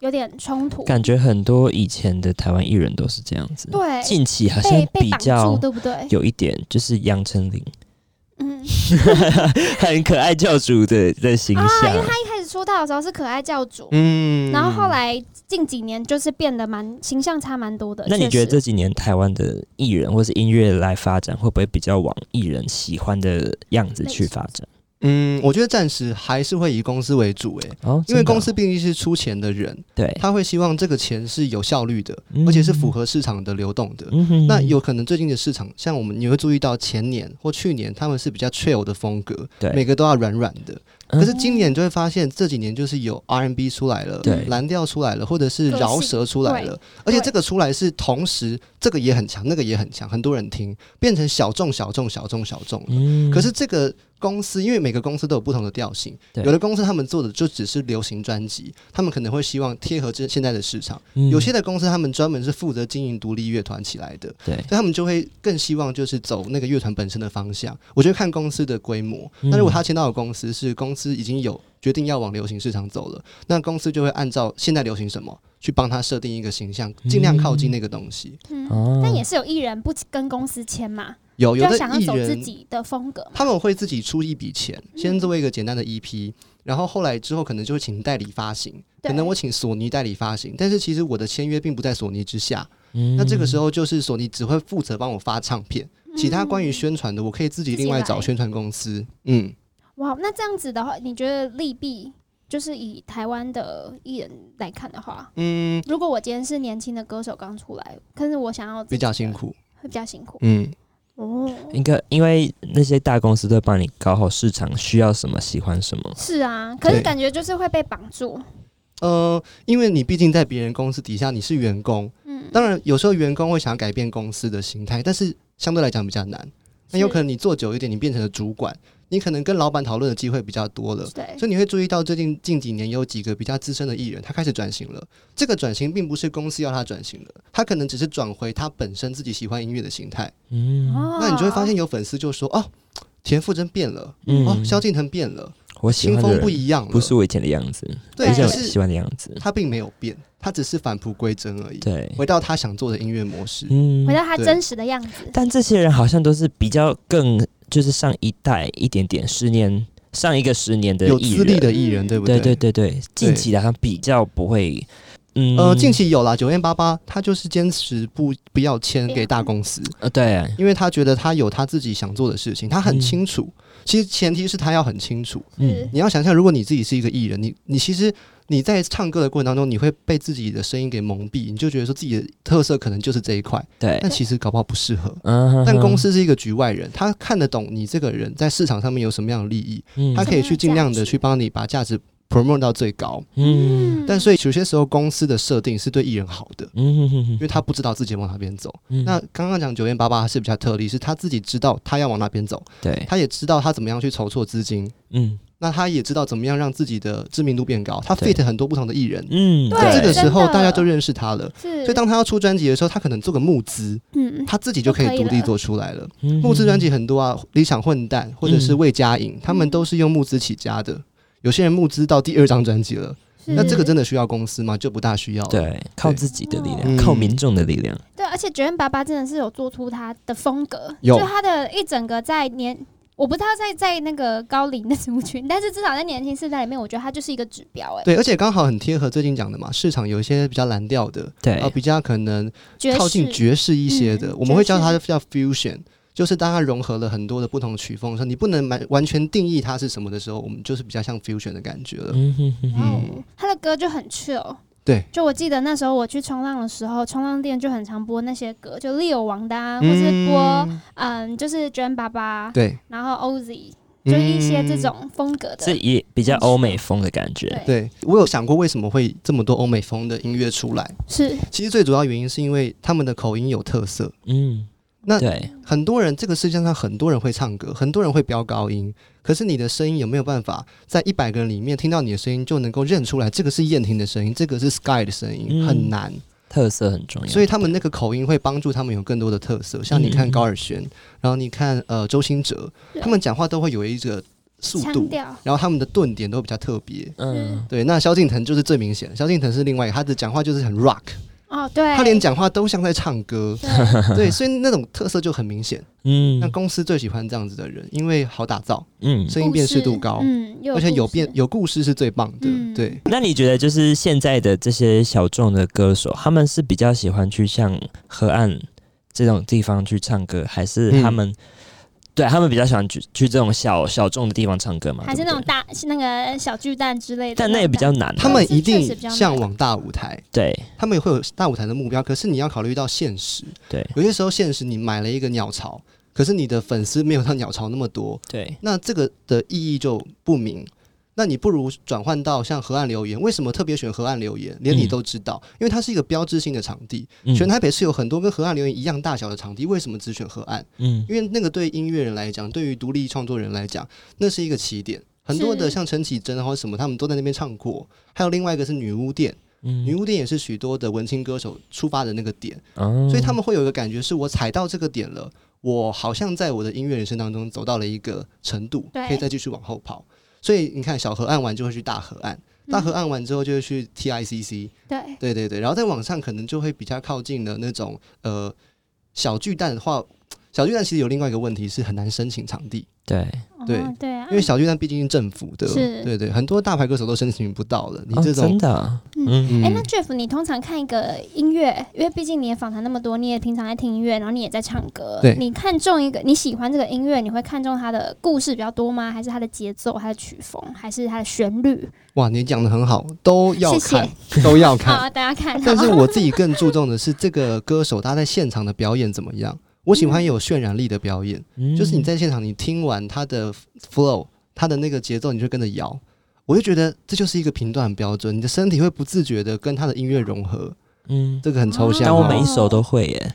Speaker 1: 有点冲突？
Speaker 2: 感觉很多以前的台湾艺人都是这样子，
Speaker 1: 对，
Speaker 2: 近期好像
Speaker 1: 被被
Speaker 2: 比
Speaker 1: 绑
Speaker 2: 较
Speaker 1: 住，对不对？
Speaker 2: 有一点，就是杨丞 琳
Speaker 1: 嗯，
Speaker 2: 很可爱教主的的形象，
Speaker 1: 一开始出道的时候是可爱教主，
Speaker 3: 嗯
Speaker 1: 然后后来近几年就是变得蛮形象差蛮多的。
Speaker 2: 那你
Speaker 1: 确
Speaker 2: 觉
Speaker 1: 实
Speaker 2: 得这几年台湾的艺人或是音乐来发展，会不会比较往艺人喜欢的样子去发展？
Speaker 3: 嗯，我觉得暂时还是会以公司为主、诶，
Speaker 2: 哦，
Speaker 3: 因
Speaker 2: 真
Speaker 3: 为
Speaker 2: 的哦
Speaker 3: 公司毕竟是出钱的人，
Speaker 2: 对，
Speaker 3: 他会希望这个钱是有效率的，
Speaker 2: 嗯
Speaker 3: 而且是符合市场的流动的。
Speaker 2: 嗯哼
Speaker 3: 那有可能最近的市场，像我们你会注意到前年或去年他们是比较 chill 的风格，
Speaker 2: 对
Speaker 3: 每个都要软软的。
Speaker 2: 嗯
Speaker 3: 可是今年就会发现，这几年就是有 R&B 出来了
Speaker 2: 对，
Speaker 3: 蓝调出来了，或者是饶舌出来
Speaker 1: 个
Speaker 3: 了
Speaker 1: 性，
Speaker 3: 而且
Speaker 1: 对
Speaker 3: 这个出来是同时这个也很强，那个也很强，很多人听，变成小众小众小众小众。
Speaker 2: 嗯
Speaker 3: 可是这个公司，因为每个公司都有不同的调性，
Speaker 2: 对
Speaker 3: 有的公司他们做的就只是流行专辑，他们可能会希望贴合这现在的市场；
Speaker 2: 嗯
Speaker 3: 有些的公司他们专门是负责经营独立乐团起来的，
Speaker 2: 对
Speaker 3: 所以他们就会更希望就是走那个乐团本身的方向。我觉得看公司的规模，
Speaker 2: 嗯
Speaker 3: 那如果他签到的公司是公司已经有决定要往流行市场走了，那公司就会按照现在流行什么去帮他设定一个形象，尽量靠近那个东西。
Speaker 1: 嗯，
Speaker 2: 哦，
Speaker 1: 但也是有艺人不跟公司签嘛，
Speaker 3: 有
Speaker 1: 就
Speaker 3: 有的
Speaker 1: 想要
Speaker 3: 艺
Speaker 1: 走自
Speaker 3: 人
Speaker 1: 己嗯的风格嘛。
Speaker 3: 他们会自己出一笔钱，先做一个简单的 EP，、然后后来之后可能就会请代理发行，
Speaker 1: 对
Speaker 3: 可能我请索尼代理发行，但是其实我的签约并不在索尼之下，
Speaker 2: 嗯
Speaker 3: 那这个时候就是索尼只会负责帮我发唱片，其他关于
Speaker 1: 嗯
Speaker 3: 宣传的我可以自己
Speaker 1: 自己
Speaker 3: 另外
Speaker 1: 来
Speaker 3: 找宣传公司。嗯，
Speaker 1: 哇，那这样子的话，你觉得利弊？就是以台湾的艺人来看的话，
Speaker 3: 嗯，
Speaker 1: 如果我今天是年轻的歌手刚出来，可是我想要自己
Speaker 3: 比较辛
Speaker 1: 的，
Speaker 3: 苦，
Speaker 1: 会比较辛苦
Speaker 3: 嗯，
Speaker 1: 哦。
Speaker 2: 应该因为那些大公司都会帮你搞好市场需要什么，喜欢什么，
Speaker 1: 是啊，可是
Speaker 3: 对
Speaker 1: 感觉就是会被绑住。
Speaker 3: 呃，因为你毕竟在别人公司底下你是员工，
Speaker 1: 嗯，
Speaker 3: 当然有时候员工会想要改变公司的形态，但是相对来讲比较难。那有
Speaker 1: 是
Speaker 3: 可能你做久一点，你变成了主管，你可能跟老板讨论的机会比较多了。
Speaker 1: 对，
Speaker 3: 所以你会注意到，最近近几年有几个比较资深的艺人，他开始转型了。这个转型并不是公司要他转型的，他可能只是转回他本身自己喜欢音乐的形态。
Speaker 2: 嗯
Speaker 1: 哦
Speaker 3: 那你就会发现，有粉丝就说：“哦，田馥甄变了，哦，萧敬腾变了，
Speaker 2: 我嗯喜
Speaker 3: 清
Speaker 2: 欢的
Speaker 3: 风不
Speaker 2: 人
Speaker 3: 一样了。”
Speaker 2: 不是我以前的样子，
Speaker 3: 对，
Speaker 2: 不是
Speaker 3: 可
Speaker 2: 我
Speaker 3: 是
Speaker 2: 喜欢的样子，
Speaker 3: 他并没有变，他只是返璞归真而已，
Speaker 2: 对，
Speaker 3: 回到他想做的音乐模式。
Speaker 2: 嗯
Speaker 1: 回到他
Speaker 3: 对
Speaker 1: 真实的样子。
Speaker 2: 但这些人好像都是比较更就是上一代一点点十年上一个十年的
Speaker 3: 有
Speaker 2: 艺
Speaker 3: 资历
Speaker 2: 人，
Speaker 3: 的艺人，对不
Speaker 2: 对
Speaker 3: 对
Speaker 2: 对对对，近期的好像比较不会，嗯
Speaker 3: 呃，近期有啦，九燕八八，他就是坚持不不要签给大公司，
Speaker 2: 呃对
Speaker 3: 因为他觉得他有他自己想做的事情，他很清楚。其实前提是他要很清楚。
Speaker 1: 是
Speaker 2: 嗯
Speaker 3: 你要想象，如果你自己是一个艺人，你你其实你在唱歌的过程当中，你会被自己的声音给蒙蔽，你就觉得说自己的特色可能就是这一块，
Speaker 2: 对，
Speaker 3: 但其实搞不好不适合。
Speaker 2: 嗯哼，
Speaker 3: 但公
Speaker 2: 哼
Speaker 3: 司是一个局外人，他看得懂你这个人在市场上面有什么样的利益，
Speaker 2: 嗯
Speaker 3: 他可以去尽量
Speaker 1: 什么样的价
Speaker 3: 的
Speaker 1: 值
Speaker 3: 去帮你把价值 promote 到最高。
Speaker 2: 嗯
Speaker 3: 但所以有些时候公司的设定是对艺人好的，
Speaker 2: 嗯哼嗯哼
Speaker 3: 因为他不知道自己往哪边走。
Speaker 2: 哼，
Speaker 3: 那刚刚讲九点八八是比较特例，是他自己知道他要往哪边走，
Speaker 2: 对，
Speaker 3: 他也知道他怎么样去筹措资金，
Speaker 2: 嗯
Speaker 3: 那他也知道怎么样让自己的知名度变高。他
Speaker 2: 对
Speaker 3: fit 很多不同的艺人，
Speaker 2: 嗯，
Speaker 1: 对
Speaker 3: 在这个时候
Speaker 1: 真的
Speaker 3: 大家就认识他了。
Speaker 1: 是，
Speaker 3: 所以当他要出专辑的时候，他可能做个募资，
Speaker 1: 嗯
Speaker 3: 他自己就可
Speaker 1: 就可
Speaker 3: 以
Speaker 1: 以
Speaker 3: 独立
Speaker 1: 了
Speaker 3: 做出来了。
Speaker 2: 嗯
Speaker 3: 募资专辑很多啊，理想混蛋或者是魏佳莹，他们都是用募资起家的。有些人募资到第二张专辑了，
Speaker 1: 是
Speaker 3: 那这个真的需要公司吗？就不大需要了。
Speaker 2: 对，靠自己的力量，
Speaker 3: 嗯
Speaker 2: 靠民众的力量，
Speaker 1: 对，而且九院爸爸真的是有做出他的风格，
Speaker 3: 有
Speaker 1: 就他的一整个在年，我不知道在在那个高龄的族群，但是至少在年轻世代里面，我觉得他就是一个指标、哎，
Speaker 3: 对，而且刚好很贴合最近讲的嘛，市场有一些比较蓝调的，
Speaker 2: 对
Speaker 3: 然后，比较可能
Speaker 1: 爵士
Speaker 3: 靠近爵士一些的，
Speaker 1: 嗯
Speaker 3: 我们会叫它
Speaker 1: 爵
Speaker 3: 叫 fusion，就是当它融合了很多的不同曲风的时候，你不能完完全定义它是什么的时候，我们就是比较像 fusion 的感觉了。
Speaker 2: 嗯哼哼哼，
Speaker 1: 哦，他的歌就很 chill。
Speaker 3: 对，
Speaker 1: 就我记得那时候我去冲浪的时候，冲浪店就很常播那些歌，就 Leo 王的、啊，或是播
Speaker 3: 嗯
Speaker 1: 嗯，就是卷爸爸，
Speaker 3: 对，嗯
Speaker 1: 然后 Oz，就是一些这种风格的。
Speaker 2: 这也比较欧美风的感觉，
Speaker 1: 对，
Speaker 3: 对我有想过为什么会这么多欧美风的音乐出来，
Speaker 1: 是
Speaker 3: 其实最主要原因是因为他们的口音有特色。
Speaker 2: 嗯，
Speaker 3: 那
Speaker 2: 对，
Speaker 3: 很多人，这个世界上很多人会唱歌，很多人会飙高音，可是你的声音有没有办法在一百个人里面听到你的声音，就能够认出来这个是燕婷的声音，这个是 Sky 的声音，
Speaker 2: 嗯
Speaker 3: 很难。
Speaker 2: 特色很重要，
Speaker 3: 所以他们那个口音会帮助他们有更多的特色。像你看
Speaker 2: 嗯
Speaker 3: 高尔宣，然后你看呃周兴哲，他们讲话都会有一个速
Speaker 1: 腔
Speaker 3: 度，
Speaker 1: 调，
Speaker 3: 然后他们的顿点都比较特别。
Speaker 2: 嗯，
Speaker 3: 对，那萧敬腾就是最明显，萧敬腾是另外一个，他的讲话就是很 rock，
Speaker 1: 哦，对，
Speaker 3: 他连讲话都像在 唱歌，
Speaker 1: 对，
Speaker 3: 对，所以那种特色就很明显。
Speaker 2: 嗯
Speaker 3: 那公司最喜欢这样子的人，因为好打造，
Speaker 2: 嗯，
Speaker 3: 声音辨识度高
Speaker 1: 故事，嗯，又
Speaker 3: 而且有
Speaker 1: 故事
Speaker 3: 辨有故事是最棒的。
Speaker 1: 嗯
Speaker 3: 对，
Speaker 2: 那你觉得就是现在的这些小众的歌手，他们是比较喜欢去像河岸这种地方去唱歌，还是
Speaker 3: 嗯
Speaker 2: 他们、对他们比较喜欢去去这种小小众的地方唱歌
Speaker 3: 啊
Speaker 2: 吗？
Speaker 1: 还是
Speaker 2: 对
Speaker 1: 那
Speaker 2: 不对
Speaker 1: 种，大是那个小巨蛋之类的，
Speaker 2: 但那也比较难啊、
Speaker 3: 他们
Speaker 1: 是
Speaker 3: 一
Speaker 1: 确实
Speaker 3: 定
Speaker 1: 比较难啊
Speaker 3: 向往大舞台，
Speaker 2: 对
Speaker 3: 他们也会有大舞台的目标，可是你要考虑到现实，
Speaker 2: 对
Speaker 3: 有些时候现实你买了一个鸟巢，可是你的粉丝没有到鸟巢那么多，
Speaker 2: 对，
Speaker 3: 那这个的意义就不明。那你不如转换到像河岸留言，为什么特别选河岸留言？连你
Speaker 2: 嗯
Speaker 3: 都知道，因为它是一个标志性的场地。
Speaker 2: 嗯
Speaker 3: 全台北市有很多跟河岸留言一样大小的场地，为什么只选河岸？
Speaker 2: 嗯
Speaker 3: 因为那个对音乐人来讲，对于独立创作人来讲，那是一个起点。很多的
Speaker 1: 是
Speaker 3: 像陈绮贞啊或者什么，他们都在那边唱过。还有另外一个是女巫店，女
Speaker 2: 嗯，
Speaker 3: 巫店也是许多的文青歌手出发的那个点，
Speaker 2: 哦
Speaker 3: 所以他们会有一个感觉，是我踩到这个点了，我好像在我的音乐人生当中走到了一个程度，
Speaker 1: 对
Speaker 3: 可以再继续往后跑。所以你看，小河岸完就会去大河岸，大河
Speaker 1: 嗯
Speaker 3: 岸完之后就会去 TICC，
Speaker 1: 对
Speaker 3: 对对对，然后再往上可能就会比较靠近的那种呃小巨蛋的话，小巨蛋其实有另外一个问题是很难申请场地，
Speaker 2: 对，
Speaker 3: 对
Speaker 1: 哦对啊，
Speaker 3: 因为小巨蛋毕竟是政府的，
Speaker 1: 是
Speaker 3: 对对，很多大牌歌手都申请不到了，你
Speaker 2: 哦
Speaker 3: 这种
Speaker 2: 真。的啊、
Speaker 1: 嗯
Speaker 2: 嗯，
Speaker 1: 哎，那 Jeff，你通常看一个音乐，因为毕竟你也访谈那么多，你也平常在听音乐，然后你也在唱歌，
Speaker 3: 对
Speaker 1: 你看中一个你喜欢这个音乐，你会看中它的故事比较多吗？还是它的节奏、它的曲风，还是它的旋律？
Speaker 3: 哇，你讲的很好，都要
Speaker 1: 谢谢啊
Speaker 3: 看，都要看。
Speaker 1: 好，大家看， 哦
Speaker 3: 但是
Speaker 1: 好
Speaker 3: 我自己更注重 的是这个歌手他在现场的表演怎么样。我喜
Speaker 1: 嗯
Speaker 3: 欢有渲染力的表演，
Speaker 2: 嗯
Speaker 3: 就是你在现场你听完他的 flow，他的那个节奏，你就跟着摇。我就觉得这就是一个评断标准，你的身体会不自觉的跟他的音乐融合，
Speaker 2: 嗯，
Speaker 3: 这个很抽
Speaker 2: 但
Speaker 3: 象
Speaker 2: 我
Speaker 3: 哦、
Speaker 2: 每一首都会耶，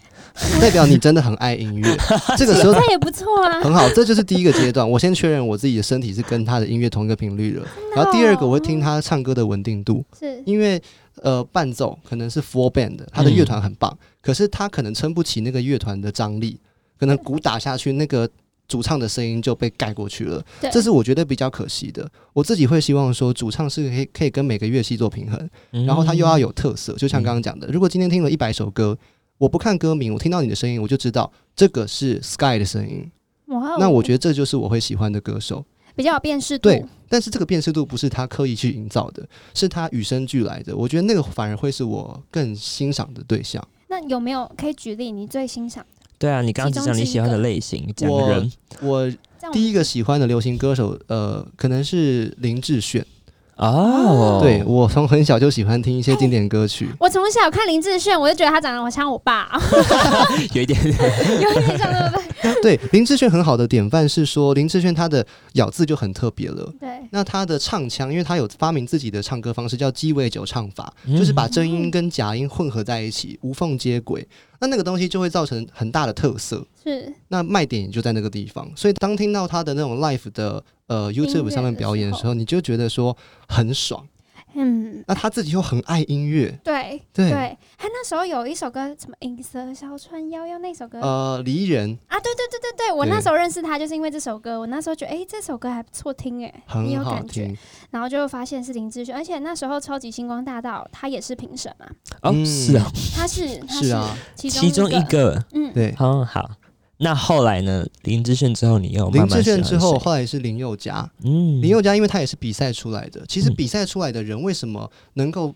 Speaker 3: 代表你真的很爱音乐。这个 时候
Speaker 1: 这也不错啊，
Speaker 3: 很好，这就是第一个阶段。我先确认我自己的身体是跟他的音乐同一个频率了，然后第二个我会听他唱歌的稳定度，
Speaker 1: 哦是
Speaker 3: 因为呃，伴奏可能是 four band，的他的
Speaker 2: 嗯
Speaker 3: 乐团很棒，可是他可能撑不起那个乐团的张力，可能鼓打下去，那个主唱的声音就被盖过去了
Speaker 1: 对，
Speaker 3: 这是我觉得比较可惜的。我自己会希望说，主唱是可以可以跟每个乐器做平衡，
Speaker 2: 嗯
Speaker 3: 然后他又要有特色，就像刚刚讲的，如果今天听了一百首歌。我不看歌名，我听到你的声音，我就知道这个是 Sky 的声音。
Speaker 1: 哇哦，
Speaker 3: 那我觉得这就是我会喜欢的歌手。
Speaker 1: 比较有辨识度，
Speaker 3: 对，但是这个辨识度不是他刻意去营造的，是他与生俱来的。我觉得那个反而会是我更欣赏的对象。
Speaker 1: 那有没有可以举例你最欣赏？
Speaker 2: 对啊，你刚刚只讲你喜欢的类型，讲
Speaker 3: 我
Speaker 2: 人
Speaker 3: 我
Speaker 1: 这样我
Speaker 3: 第一个喜欢的流行歌手，呃，可能是林志炫。
Speaker 2: 哦，
Speaker 3: 对我从很小就喜欢听一些经典歌曲。
Speaker 1: 我从小看林志炫，我就觉得他长得我像我爸，
Speaker 2: 有一点
Speaker 1: 有一点像对不对？
Speaker 3: 对，林志炫很好的典范是说，林志炫他的咬字就很特别了。
Speaker 1: 对，
Speaker 3: 那他的唱腔，因为他有发明自己的唱歌方式，叫鸡尾酒唱法，就是把真音跟假音混合在一起，无缝接轨。那那个东西就会造成很大的特色，
Speaker 1: 是
Speaker 3: 那卖点也就在那个地方。所以当听到他的那种 live 的呃
Speaker 1: 乐的
Speaker 3: YouTube 上面表演的时
Speaker 1: 时
Speaker 3: 候，你就觉得说很爽。
Speaker 1: 嗯，
Speaker 3: 那他自己又很爱音乐，
Speaker 1: 对
Speaker 3: 对，
Speaker 1: 对。他那时候有一首歌，什么《银色小船摇摇》那首歌
Speaker 3: 呃，离人
Speaker 1: 啊，对对对对对，我
Speaker 3: 对
Speaker 1: 那时候认识他就是因为这首歌，我那时候觉得哎、诶这首歌还不错听哎，你
Speaker 3: 很
Speaker 1: 有
Speaker 3: 好
Speaker 1: 感觉，
Speaker 3: 听，
Speaker 1: 然后就发现是林志炫，而且那时候超级星光大道他也是评审嘛，
Speaker 2: 哦，
Speaker 3: 嗯
Speaker 2: 是啊，
Speaker 1: 他是他
Speaker 3: 是啊，
Speaker 1: 其中
Speaker 2: 其中一
Speaker 1: 一，
Speaker 2: 个，
Speaker 1: 嗯，
Speaker 3: 对。
Speaker 2: 哦，好。那后来呢？林志炫之后，你又慢
Speaker 3: 林
Speaker 2: 慢
Speaker 3: 志炫
Speaker 2: 喜
Speaker 3: 之
Speaker 2: 欢
Speaker 3: 后，
Speaker 2: 谁，
Speaker 3: 后来是林宥嘉。
Speaker 2: 嗯，
Speaker 3: 林宥嘉因为他也是比赛出来的，其实
Speaker 2: 嗯
Speaker 3: 比赛出来的人为什么能够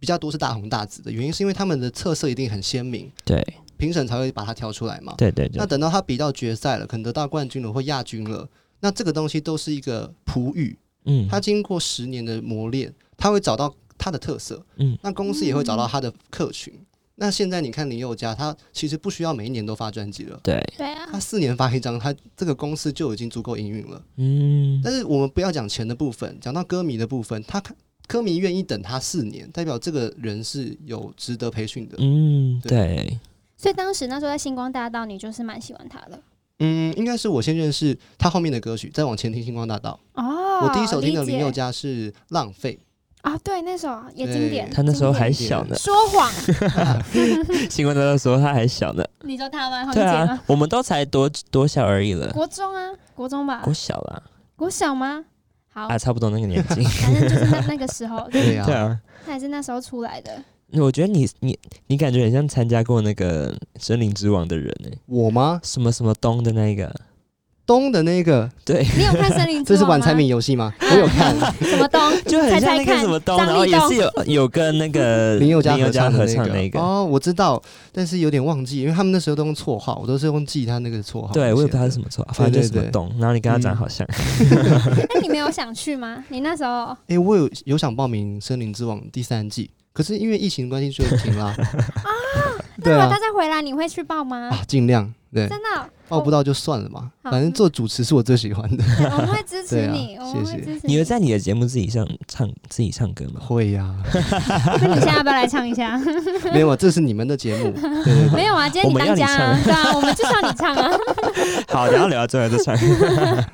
Speaker 3: 比较多是大红大紫的原因，是因为他们的特色一定很鲜明，
Speaker 2: 对
Speaker 3: 评审才会把他挑出来嘛。
Speaker 2: 对对
Speaker 3: 那
Speaker 2: 对，
Speaker 3: 等到他比到决赛了，可能得到冠军了或亚军了，那这个东西都是一个璞玉，
Speaker 2: 嗯，
Speaker 3: 他经过十年的磨练，他会找到他的特色，
Speaker 2: 嗯，
Speaker 3: 那公司也会找到他的客群。那现在你看林宥嘉，他其实不需要每一年都发专辑了，
Speaker 2: 对，
Speaker 1: 对啊
Speaker 3: 他，四年发一张，他这个公司就已经足够营运了。
Speaker 2: 嗯，
Speaker 3: 但是我们不要讲钱的部分，讲到歌迷的部分，他看歌迷愿意等他四年，代表这个人是有值得培训的。
Speaker 2: 嗯，
Speaker 3: 对
Speaker 2: 对，
Speaker 1: 所以当时那时候在星光大道，你就是蛮喜欢他的
Speaker 3: 嗯，应该是我先认识他后面的歌曲，再往前听《星光大道》
Speaker 1: 哦。
Speaker 3: 我第一首听的林宥
Speaker 1: 理解
Speaker 3: 嘉是《浪费
Speaker 1: 啊，对，那首也
Speaker 3: 对
Speaker 1: 经典，
Speaker 2: 他那时候还
Speaker 1: 经
Speaker 2: 小呢
Speaker 1: 典。，说谎，
Speaker 2: 新闻的时候他还小呢。
Speaker 1: 你说他吗？黄
Speaker 2: 对
Speaker 1: 姐吗
Speaker 2: 啊？，我们都才多多小而已了，
Speaker 1: 国中啊，国中吧，
Speaker 2: 国小啦，
Speaker 1: 国小吗？好，
Speaker 2: 啊，差不多那个年纪。
Speaker 1: 反正就是那那个时候，》。
Speaker 3: 对
Speaker 2: 对
Speaker 3: 啊，
Speaker 2: 啊，
Speaker 1: 他也是那时候出来的。
Speaker 2: 我觉得你你你感觉很像参加过那个《森林之王》的人呢，
Speaker 3: 我吗？
Speaker 2: 什么什么东的那个，
Speaker 3: 东的那个，
Speaker 2: 对，
Speaker 1: 你有看《森林之王》
Speaker 3: 这是
Speaker 1: 吗？
Speaker 3: 玩猜谜游戏吗？我有看，
Speaker 1: 什么东？
Speaker 2: 就很像那
Speaker 1: 猜
Speaker 2: 个
Speaker 1: 猜
Speaker 2: 什么东，
Speaker 1: 看
Speaker 2: 然后也
Speaker 1: 张
Speaker 2: 是
Speaker 1: 立
Speaker 2: 有有跟那个
Speaker 3: 林宥 嘉
Speaker 2: 林宥嘉
Speaker 3: 合
Speaker 2: 合
Speaker 3: 唱
Speaker 2: 唱
Speaker 3: 的那
Speaker 2: 那
Speaker 3: 个。
Speaker 2: 个。
Speaker 3: 哦，我知道，但是有点忘记，因为他们那时候都用绰号，我都是用记他那个绰号。
Speaker 2: 对，我也嗯不知道是什
Speaker 3: 么。
Speaker 2: 么错，啊反正就是什么东，然后你跟他长得好 像，
Speaker 1: 哎那你没有想去吗？你那时候
Speaker 3: 哎、我有有想报名《森林之王》第三季，可是因为疫情的关系就停 啦。啊，
Speaker 1: 那
Speaker 3: 对
Speaker 1: 如果
Speaker 3: 啊
Speaker 1: 他，再回来，你会去报吗？
Speaker 3: 啊，尽量对，
Speaker 1: 真的哦，
Speaker 3: 报不到就算了嘛，
Speaker 1: 好
Speaker 3: 反正做主持是我最喜欢的。
Speaker 1: 对我们会支持你，
Speaker 3: 对啊
Speaker 1: 我们会
Speaker 3: 谢谢
Speaker 1: 支持
Speaker 2: 你会在你的节目自己上唱自己唱歌吗？
Speaker 3: 会呀、
Speaker 1: 那你现在要不要来唱一 下？
Speaker 3: 没有啊，这是你们的节目，对对对，
Speaker 1: 没有啊，今天
Speaker 2: 我
Speaker 1: 你
Speaker 2: 们要
Speaker 1: 当
Speaker 2: 你嗯
Speaker 1: 家啊，对啊，我们就要你唱 啊，
Speaker 2: 好，然后聊到最后再唱，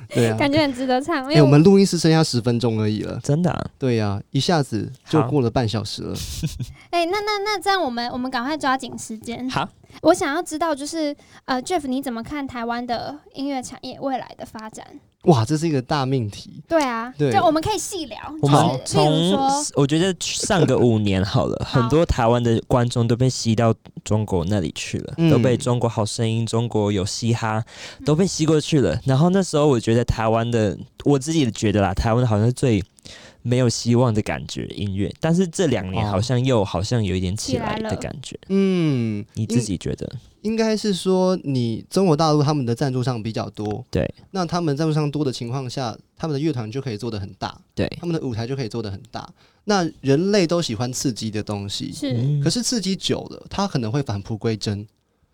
Speaker 3: 对啊。
Speaker 1: 感觉很值得唱。
Speaker 3: 哎、
Speaker 1: 因为
Speaker 3: 我们录音是剩下十分钟而已了，
Speaker 2: 真的啊
Speaker 3: 对呀、一下子就
Speaker 2: 好
Speaker 3: 过了半小时了。
Speaker 1: 哎，那那那这样，我们我们赶快抓紧时间。
Speaker 2: 好，
Speaker 1: 我想要知道就是呃，Jeff，你怎么看台湾的音乐产业未来的发展？
Speaker 3: 哇，这是一个大命题。
Speaker 1: 对啊，
Speaker 3: 对
Speaker 1: 就我们可以细聊，
Speaker 2: 我
Speaker 1: 就
Speaker 2: 们
Speaker 1: 是例如
Speaker 2: 从
Speaker 1: 说，
Speaker 2: 我觉得上个五年好了，
Speaker 1: 好
Speaker 2: 很多台湾的观众都被吸到中国那里去了，
Speaker 3: 嗯
Speaker 2: 都被中国好声音、中国有嘻哈都被吸过去
Speaker 3: 嗯
Speaker 2: 了。然后那时候我觉得台湾的，我自己觉得啦，台湾好像是最没有希望的感觉音乐，但是这两年
Speaker 3: 哦
Speaker 2: 好像又好像有一点起
Speaker 1: 起来
Speaker 2: 来的
Speaker 1: 了
Speaker 2: 感觉。
Speaker 3: 嗯，
Speaker 2: 你自己觉得？
Speaker 3: 应该是说你中国大陆他们的赞助商比较多，
Speaker 2: 对，
Speaker 3: 那他们赞助商多的情况下，他们的乐团就可以做得很大，
Speaker 2: 对，
Speaker 3: 他们的舞台就可以做得很大。那人类都喜欢刺激的东西，
Speaker 1: 是
Speaker 2: 嗯
Speaker 3: 可是刺激久了，它可能会返璞归真，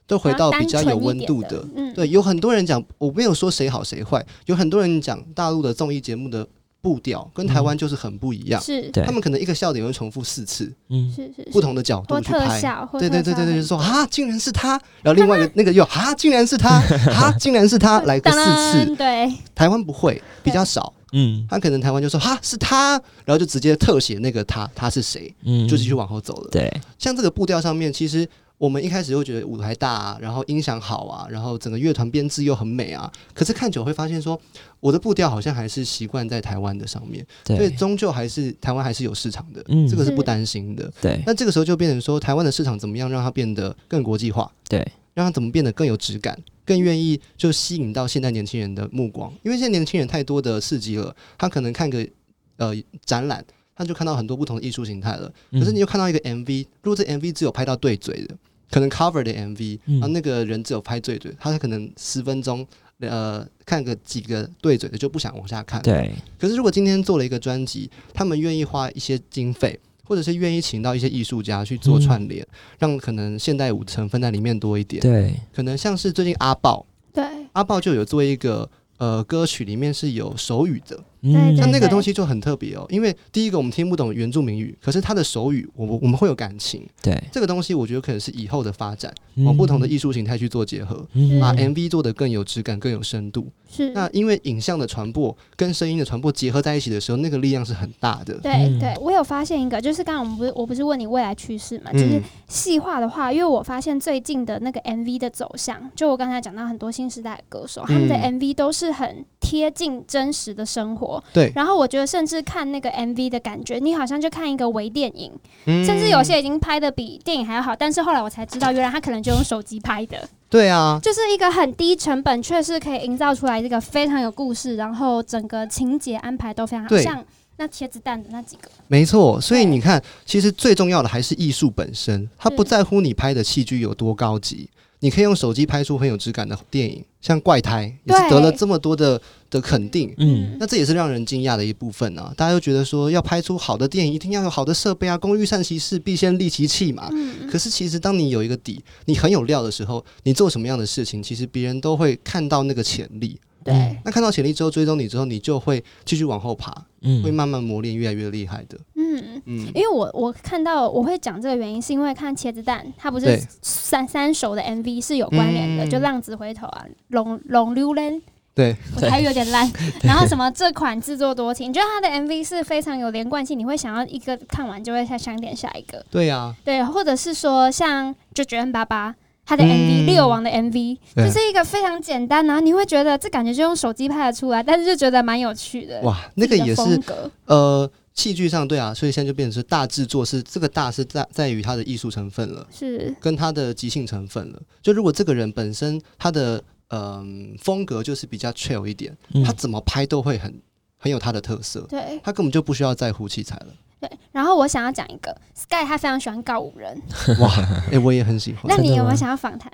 Speaker 3: 都回到比较有温
Speaker 1: 比
Speaker 3: 度
Speaker 1: 较单
Speaker 3: 的
Speaker 1: 纯一。点的，嗯，
Speaker 3: 对，有很多人讲，我没有说谁好谁坏，有很多人讲大陆的综艺节目的步调跟台湾就是很不一样，
Speaker 1: 是
Speaker 2: 嗯对
Speaker 3: 他们可能一个笑点会重复四次，
Speaker 2: 嗯，
Speaker 1: 是是是
Speaker 3: 不同的角
Speaker 1: 或
Speaker 3: 度去
Speaker 1: 特
Speaker 3: 拍。
Speaker 1: 效，或
Speaker 3: 对对
Speaker 1: 特
Speaker 3: 对
Speaker 1: 效
Speaker 3: 对对，
Speaker 1: 很
Speaker 3: 就说啊，竟然是他，然后另外一个那个又啊，竟然是 他，啊，竟然是 他，来个
Speaker 1: 当
Speaker 3: 四次。
Speaker 1: 然，对，
Speaker 3: 台湾不会，比较少，
Speaker 2: 嗯
Speaker 3: 他可能台湾就说哈是他，然后就直接特写那个他，他是谁，
Speaker 2: 嗯，
Speaker 3: 就继续往后走了。
Speaker 2: 对，
Speaker 3: 像这个步调上面，其实我们一开始会觉得舞台大啊，然后音响好啊，然后整个乐团编制又很美啊。可是看久会发现说，我的步调好像还是习惯在台湾的上面，所以
Speaker 2: 对
Speaker 3: 终究还是台湾还是有市场的，
Speaker 2: 嗯
Speaker 3: 这个是不
Speaker 1: 是
Speaker 3: 担心的。
Speaker 2: 对
Speaker 3: 那这个时候就变成说，台湾的市场怎么样让它变得更国际化，
Speaker 2: 对，
Speaker 3: 让它怎么变得更有质感，更愿意就吸引到现在年轻人的目光，因为现在年轻人太多的刺激了，他可能看个呃展览。他就看到很多不同的艺术形态了，
Speaker 2: 嗯
Speaker 3: 可是你又看到一个 MV，如果这 MV 只有拍到对嘴的，可能 cover 的 MV，
Speaker 2: 嗯
Speaker 3: 然后那个人只有拍对嘴，他可能十分钟，呃，看个几个对嘴的就不想往下看。。
Speaker 2: 嗯对
Speaker 3: 可是如果今天做了一个专辑，他们愿意花一些经费，或者是愿意请到一些艺术家去做串联，让可能现代舞成分在里面多一
Speaker 2: 嗯
Speaker 3: 点。
Speaker 2: 对
Speaker 3: 可能像是最近阿豹，
Speaker 1: 对，
Speaker 3: 阿豹就有做一个呃歌曲，里面是有手语的，
Speaker 2: 嗯
Speaker 1: 对
Speaker 3: 那
Speaker 1: 对
Speaker 3: 那个东西就很特别哦，因为第一个我们听不懂原住民语，可是它的手语，我我我们会有感情。
Speaker 2: 对，
Speaker 3: 这个东西我觉得可能是以后的发展，
Speaker 2: 嗯
Speaker 3: 往不同的艺术形态去做结合，
Speaker 2: 嗯
Speaker 3: 把
Speaker 1: 嗯
Speaker 3: MV 做得更有质感、更有深度。
Speaker 1: 是，
Speaker 3: 那因为影像的传播跟声音的传播结合在一起的时候，那个力量是很大的。
Speaker 1: 对
Speaker 2: 嗯
Speaker 1: 对，我有发现一个，就是刚刚我们不是我不是问你未来趋势嘛，就是
Speaker 3: 嗯，
Speaker 1: 细化的话，因为我发现最近的那个 MV 的走向，就我刚才讲到很多新时代的歌手，他们的
Speaker 3: 嗯
Speaker 1: MV 都是很贴近真实的生活。
Speaker 3: 对
Speaker 1: 然后我觉得，甚至看那个 MV 的感觉，你好像就看一个微电影，
Speaker 3: 嗯
Speaker 1: 甚至有些已经拍的比电影还要好。但是后来我才知道，原来他可能就用手机拍的，
Speaker 3: 对啊，
Speaker 1: 就是一个很低成本，却是可以营造出来这个非常有故事，然后整个情节安排都非常好，
Speaker 3: 对
Speaker 1: 像那茄子蛋的那几个，
Speaker 3: 没错。所以
Speaker 1: 对嗯
Speaker 3: 你看，其实最重要的还是艺术本身，它
Speaker 1: 是
Speaker 3: 不在乎你拍的器具有多高级。你可以用手机拍出很有质感的电影，像《怪胎》也是
Speaker 1: 对
Speaker 3: 得了这么多的的肯定，
Speaker 2: 嗯
Speaker 3: 那这也是让人惊讶的一部分啊！大家都觉得说，要拍出好的电影，一定要有好的设备啊，工欲善其事，必先利其器嘛。
Speaker 1: 嗯，
Speaker 3: 可是其实，当你有一个底，你很有料的时候，你做什么样的事情，其实别人都会看到那个潜力。
Speaker 1: 对，
Speaker 3: 那看到潜力之后，追踪你之后，你就会继续往后爬，会
Speaker 2: 嗯
Speaker 3: 慢慢磨练，越来越厉害的。
Speaker 1: 嗯。
Speaker 3: 嗯，
Speaker 1: 因为我我看到我会讲这个原因，是因为看茄子蛋，它不是
Speaker 3: 对
Speaker 1: 三三首的 MV 是有关联的，
Speaker 3: 嗯
Speaker 1: 就浪子回头啊，龙龙溜 人，
Speaker 3: 对，
Speaker 1: 我台语有点烂。然后什么这款制作多情，你觉得它的 MV 是非常有连贯性，你会想要一个看完就会再想点下一个，
Speaker 3: 对啊呀、
Speaker 1: 对，或者是说像就觉得爸爸。他的 MV《
Speaker 3: 嗯
Speaker 1: 猎、王》的 MV
Speaker 3: 对
Speaker 1: 就是一个非常简单，然后你会觉得这感觉就用手机拍得出来，但是就觉得蛮有趣的。
Speaker 3: 哇，那个
Speaker 1: 自己的
Speaker 3: 也是
Speaker 1: 风格
Speaker 3: 呃，器具上对啊，所以现在就变成是大制作是这个大是在在于它的艺术成分了。
Speaker 1: 是
Speaker 3: 跟他的即兴成分了。就如果这个人本身他的嗯、风格就是比较 chill 一点，
Speaker 2: 嗯
Speaker 3: 他怎么拍都会很很有他的特色，
Speaker 1: 对，
Speaker 3: 他根本就不需要在乎器材了。
Speaker 1: 对，然后我想要讲一个，Sky 他非常喜欢告五人，
Speaker 3: 哇，哎、我也很喜
Speaker 1: 那
Speaker 3: 欢
Speaker 1: 你
Speaker 2: 哦真的
Speaker 1: 有没有
Speaker 2: 吗
Speaker 1: 想要访谈？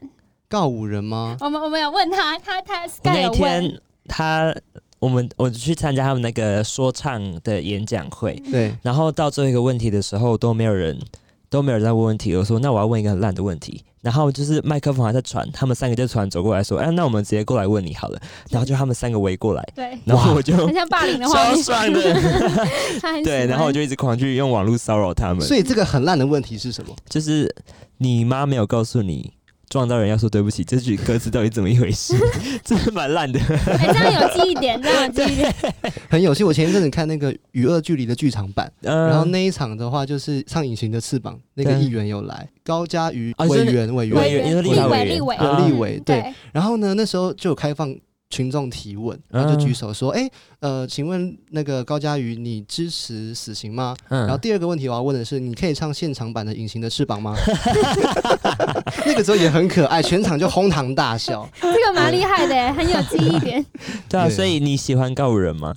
Speaker 3: 告五人吗？
Speaker 2: 哦
Speaker 1: 我们我们有问他，他他
Speaker 2: 我
Speaker 1: Sky
Speaker 2: 那一
Speaker 1: 有问，
Speaker 2: 天他我们我去参加他们那个说唱的演讲
Speaker 1: 嗯
Speaker 2: 会，
Speaker 3: 对，
Speaker 2: 然后到最后一个问题的时候都没有人。都没有人在问问题，我说那我要问一个很烂的问题，然后就是麦克风还在传，他们三个就传走过来说，哎、那我们直接过来问你好了，然后就他们三个围过来，
Speaker 1: 对，
Speaker 2: 然后我就
Speaker 1: 很像霸凌的画
Speaker 2: 超
Speaker 1: 面，
Speaker 2: 爽的，
Speaker 1: 他很喜
Speaker 2: 对，
Speaker 1: 欢
Speaker 2: 然后我就一直狂去用网络骚扰他们，
Speaker 3: 所以这个很烂的问题是什么？
Speaker 2: 就是你妈没有告诉你撞到人要说对不起，这句歌词到底怎么一回 事？真的蛮烂的。
Speaker 1: 哎，这样有记忆点，这样有记忆点，
Speaker 3: 很有趣。我前一阵子看那个《与恶距离》的剧场版，
Speaker 2: 嗯
Speaker 3: 然后那一场的话就是唱《隐形的翅膀》，那个
Speaker 2: 对
Speaker 3: 议员有来，高嘉瑜
Speaker 2: 哦
Speaker 3: 委
Speaker 2: 是
Speaker 3: 员委
Speaker 2: 委
Speaker 3: 员，
Speaker 2: 员你说立
Speaker 1: 立
Speaker 2: 法
Speaker 1: 委
Speaker 2: 委员
Speaker 1: 立委
Speaker 2: 啊
Speaker 3: 立委
Speaker 1: 嗯
Speaker 3: 对然后呢，那时候就有开放群众提
Speaker 2: 嗯
Speaker 3: 问，然后就举手说：“哎、呃，请问那个高嘉瑜，你支持死刑吗？”
Speaker 2: 嗯
Speaker 3: 然后第二个问题我要问的是，你可以唱现场版的《隐形的翅膀》吗？ 那个时候也很可爱，全场就哄堂大笑。
Speaker 1: 这个蛮厉害的，很有记忆点。
Speaker 2: 对啊，
Speaker 3: 对啊
Speaker 2: 所以你喜欢告五人吗？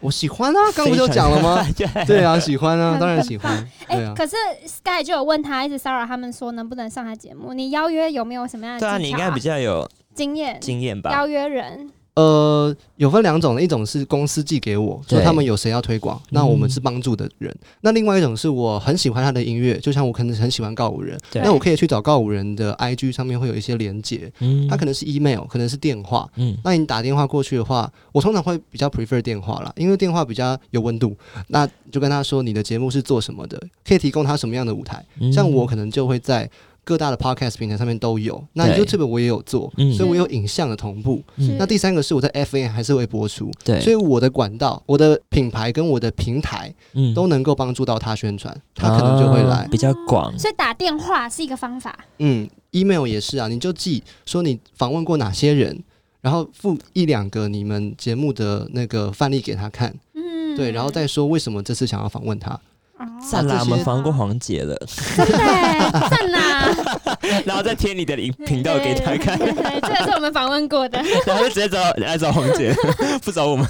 Speaker 3: 我喜欢啊，刚不就讲了 吗？对啊，喜欢啊，当然喜欢。对
Speaker 1: 哎，
Speaker 3: 啊，
Speaker 1: 可是 Sky 就有问他，一直骚扰他们说能不能上他节目，你邀约有没有什么样的
Speaker 2: 对啊，
Speaker 1: 技
Speaker 2: 你应
Speaker 1: 巧
Speaker 2: 该比较有
Speaker 1: 经验
Speaker 2: 经验吧？
Speaker 1: 邀约人，
Speaker 3: 呃，有分两种，一种是公司寄给我，
Speaker 2: 对嗯
Speaker 3: 说他们有谁要推广，那我们是帮助的人。那另外一种是我很喜欢他的音乐，就像我可能很喜欢告五人，
Speaker 2: 对
Speaker 3: 那我可以去找告五人的 IG 上面会有一些连接，
Speaker 2: 嗯
Speaker 3: 它可能是 email，可能是电话。
Speaker 2: 嗯
Speaker 3: 那你打电话过去的话，我通常会比较 prefer 电话啦，因为电话比较有温度。那就跟他说你的节目是做什么的，可以提供他什么样的舞台。
Speaker 2: 嗯
Speaker 3: 像我可能就会在各大的 podcast 平台上面都有，那
Speaker 2: 对
Speaker 3: YouTube 我也有做，
Speaker 2: 嗯
Speaker 3: 所以我有影像的同步。
Speaker 1: 是
Speaker 3: 那第三个是我在 FN 还是会播出，
Speaker 2: 对，
Speaker 3: 所以我的管道、我的品牌跟我的平台
Speaker 2: 以
Speaker 3: 都能够帮助到他宣传，他
Speaker 2: 啊
Speaker 3: 可能就会来。
Speaker 2: 嗯比较广。
Speaker 3: 啊
Speaker 1: 所以打电话是一个方法，
Speaker 3: 嗯，email 也是啊，你就记说你访问过哪些人，然后附一两个你们节目的那个范例给他看，
Speaker 1: 嗯，
Speaker 3: 对，然后再说为什么这次想要访问他。
Speaker 1: 哦
Speaker 2: 赞啦，
Speaker 3: 这
Speaker 2: 我
Speaker 3: 些
Speaker 2: 们防过黄姐了，
Speaker 1: 真的耶赞啦！
Speaker 2: 然后再贴你的影频道给他看，
Speaker 1: 对，对对这个是我们访问过 的。
Speaker 2: 然后就直接找来找黄姐， 不找我们。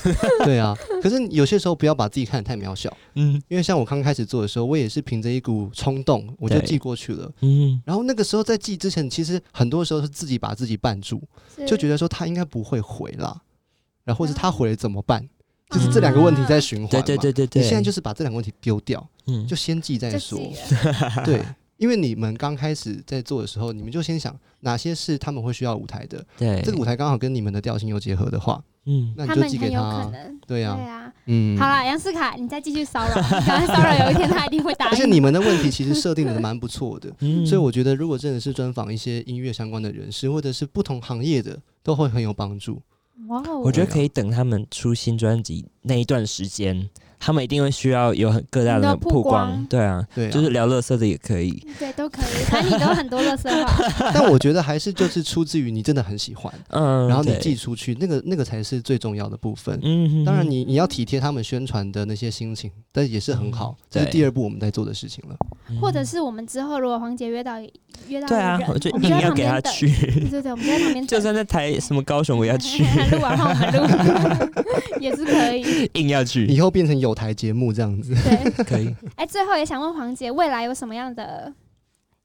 Speaker 3: 对啊，可是有些时候不要把自己看得太渺小，
Speaker 2: 嗯
Speaker 3: 因为像我刚开始做的时候，我也是凭着一股冲动，我就
Speaker 2: 对
Speaker 3: 寄过去了。
Speaker 2: 嗯，
Speaker 3: 然后那个时候在寄之前，其实很多时候是自己把自己绊住，就觉
Speaker 1: 得
Speaker 3: 得说他应该不会回啦，然后或是他
Speaker 1: 啊
Speaker 3: 回了怎么办？
Speaker 1: 嗯
Speaker 3: 就是这两个问题在循环、嘛。
Speaker 2: 对对对对对，
Speaker 3: 你现在就是把这两个问题丢掉，
Speaker 2: 嗯
Speaker 3: 就先记再
Speaker 1: 就
Speaker 3: 说。
Speaker 1: 记了
Speaker 3: 对，因为你们刚开始在做的时候，你们就先想哪些是他们会需要舞台的，
Speaker 2: 对，
Speaker 3: 这个舞台刚好跟你们的调性有结合的话，
Speaker 2: 嗯，
Speaker 3: 那你
Speaker 1: 他
Speaker 3: 就
Speaker 1: 们
Speaker 3: 寄给
Speaker 1: 很有
Speaker 3: 他
Speaker 1: 可
Speaker 3: 啊。
Speaker 1: 能。
Speaker 3: 对
Speaker 1: 对
Speaker 3: 呀、
Speaker 1: 啊，
Speaker 3: 嗯，
Speaker 1: 好啦，杨思凯，你再继续骚扰，你刚才骚扰有一天他一定会答
Speaker 3: 而且
Speaker 1: 应。
Speaker 3: 你们的问题其实设定的蛮不错的，
Speaker 2: 嗯
Speaker 3: 所以我觉得如果真的是专访一些音乐相关的人士，或者是不同行业的，都会很有帮助。
Speaker 1: 哇哦，
Speaker 2: 我觉得
Speaker 3: 对啊
Speaker 2: 可以等他们出新专辑那一段时间，他们一定会需要有很各大
Speaker 1: 很多
Speaker 2: 的
Speaker 1: 嗯曝
Speaker 2: 曝
Speaker 1: 光
Speaker 2: 对啊，
Speaker 3: 对、啊，
Speaker 2: 就是聊乐色的也可以。
Speaker 1: 对都可以，反正你都很多乐色话。
Speaker 3: 但我觉得还是就是出自于你真的很喜欢，
Speaker 2: 嗯，
Speaker 3: 然后你
Speaker 2: 对
Speaker 3: 寄出去，那个那个才是最重要的部分。
Speaker 2: 嗯，
Speaker 3: 当然
Speaker 2: 嗯
Speaker 3: 你，你要体贴他们宣传的那些心情，但也是很好，这
Speaker 2: 嗯
Speaker 3: 是
Speaker 2: 对
Speaker 3: 第二步我们在做的事情了。
Speaker 2: 嗯
Speaker 1: 或者是我们之后如果黄杰约到约到
Speaker 2: 对啊
Speaker 1: 人，
Speaker 2: 我就
Speaker 1: 我们
Speaker 2: 硬
Speaker 1: 在
Speaker 2: 要
Speaker 1: 旁
Speaker 2: 给他
Speaker 1: 边等。
Speaker 2: 去，
Speaker 1: 对对对，我们就在旁边
Speaker 2: 就
Speaker 1: 等。
Speaker 2: 算在台什么高雄，我也要去，
Speaker 1: 录完后我们录也是可以。
Speaker 2: 硬要
Speaker 3: 以
Speaker 2: 去，
Speaker 3: 后变成有台节目这样子，
Speaker 1: 对，
Speaker 2: 可以。
Speaker 1: 哎，最后也想问黄姐，未来有什么样的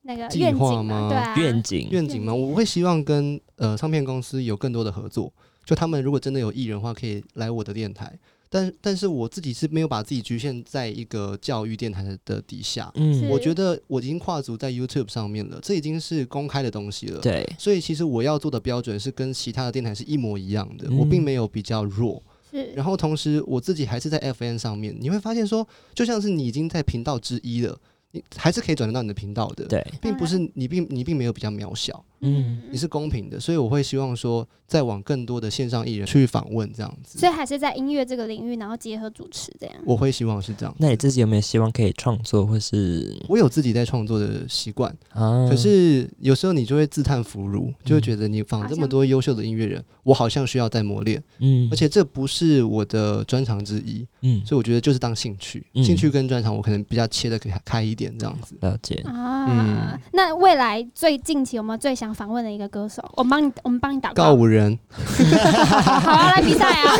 Speaker 1: 那个
Speaker 3: 计
Speaker 1: 愿
Speaker 3: 划
Speaker 1: 景
Speaker 3: 吗
Speaker 1: 吗？对啊，
Speaker 2: 愿景，
Speaker 3: 愿景嘛，我会希望跟呃唱片公司有更多的合作。就他们如果真的有艺人的话，可以来我的电台。但但是我自己是没有把自己局限在一个教育电台的的底下。
Speaker 1: 是
Speaker 2: 嗯，
Speaker 3: 我觉得我已经跨足在 YouTube 上面了，这已经是公开的东西了。
Speaker 2: 对，
Speaker 3: 所以其实我要做的标准是跟其他的电台是一模一样的，
Speaker 2: 嗯
Speaker 3: 我并没有比较弱。
Speaker 1: 是嗯
Speaker 3: 然后同时我自己还是在 FN 上面，你会发现说，就像是你已经在频道之一了，你还是可以转得到你的频道的，
Speaker 2: 对，
Speaker 3: 并不是你并你并没有比较渺小，
Speaker 2: 嗯
Speaker 3: 你是公平的，所以我会希望说，再往更多的线上艺人去访问这样子
Speaker 1: 所，以还是在音乐这个领域，然后结合主持这样。
Speaker 3: 我会希望是这样。
Speaker 2: 那你自己有没有希望可以创作，或是
Speaker 3: 我有自己在创作的习惯，
Speaker 2: 啊？
Speaker 3: 可是有时候你就会自叹弗如，
Speaker 2: 嗯
Speaker 3: 就会觉得你
Speaker 1: 好
Speaker 3: 仿这
Speaker 1: 像
Speaker 3: 么多优秀的音乐人，我好像需要再磨练，
Speaker 2: 嗯，嗯，
Speaker 3: 而且这不是我的专长之一，
Speaker 2: 嗯，
Speaker 3: 所以我觉得就是当兴趣，
Speaker 2: 嗯
Speaker 3: 兴趣跟专长我可能比较切的开一点这样子。
Speaker 2: 了 解。
Speaker 3: 嗯
Speaker 1: 啊，那未来最近期有没有最想访问的一个歌手？我们帮你，我们帮你打
Speaker 3: 告
Speaker 1: 我，
Speaker 3: 五人，
Speaker 1: 好好啊，来比赛啊！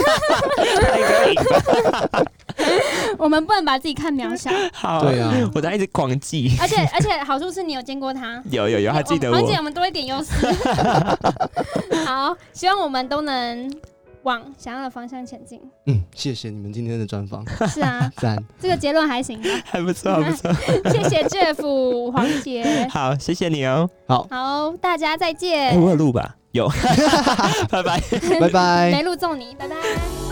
Speaker 1: 我们不能把自己看 渺小，
Speaker 2: 好，
Speaker 3: 对啊，
Speaker 2: 我在一直狂记，
Speaker 1: 而且而且好处是你有见过他，
Speaker 2: 有有有，他记得我
Speaker 1: 哦黄姐，我们多一点优势。好，希望我们都能往想要的方向前进。
Speaker 3: 嗯，谢谢你们今天的专访，
Speaker 1: 是 啊，
Speaker 3: 赞，
Speaker 1: 这个结论还行吧。
Speaker 2: 还不错，还不啊 错。
Speaker 1: 谢谢 Jeff 黄姐，
Speaker 2: 好，谢谢你哦。
Speaker 3: 好，
Speaker 1: 好，大家再
Speaker 2: 哎，我
Speaker 1: 见。
Speaker 2: 有录吧？有，拜拜。
Speaker 3: 拜拜
Speaker 1: 没。录中你，拜拜。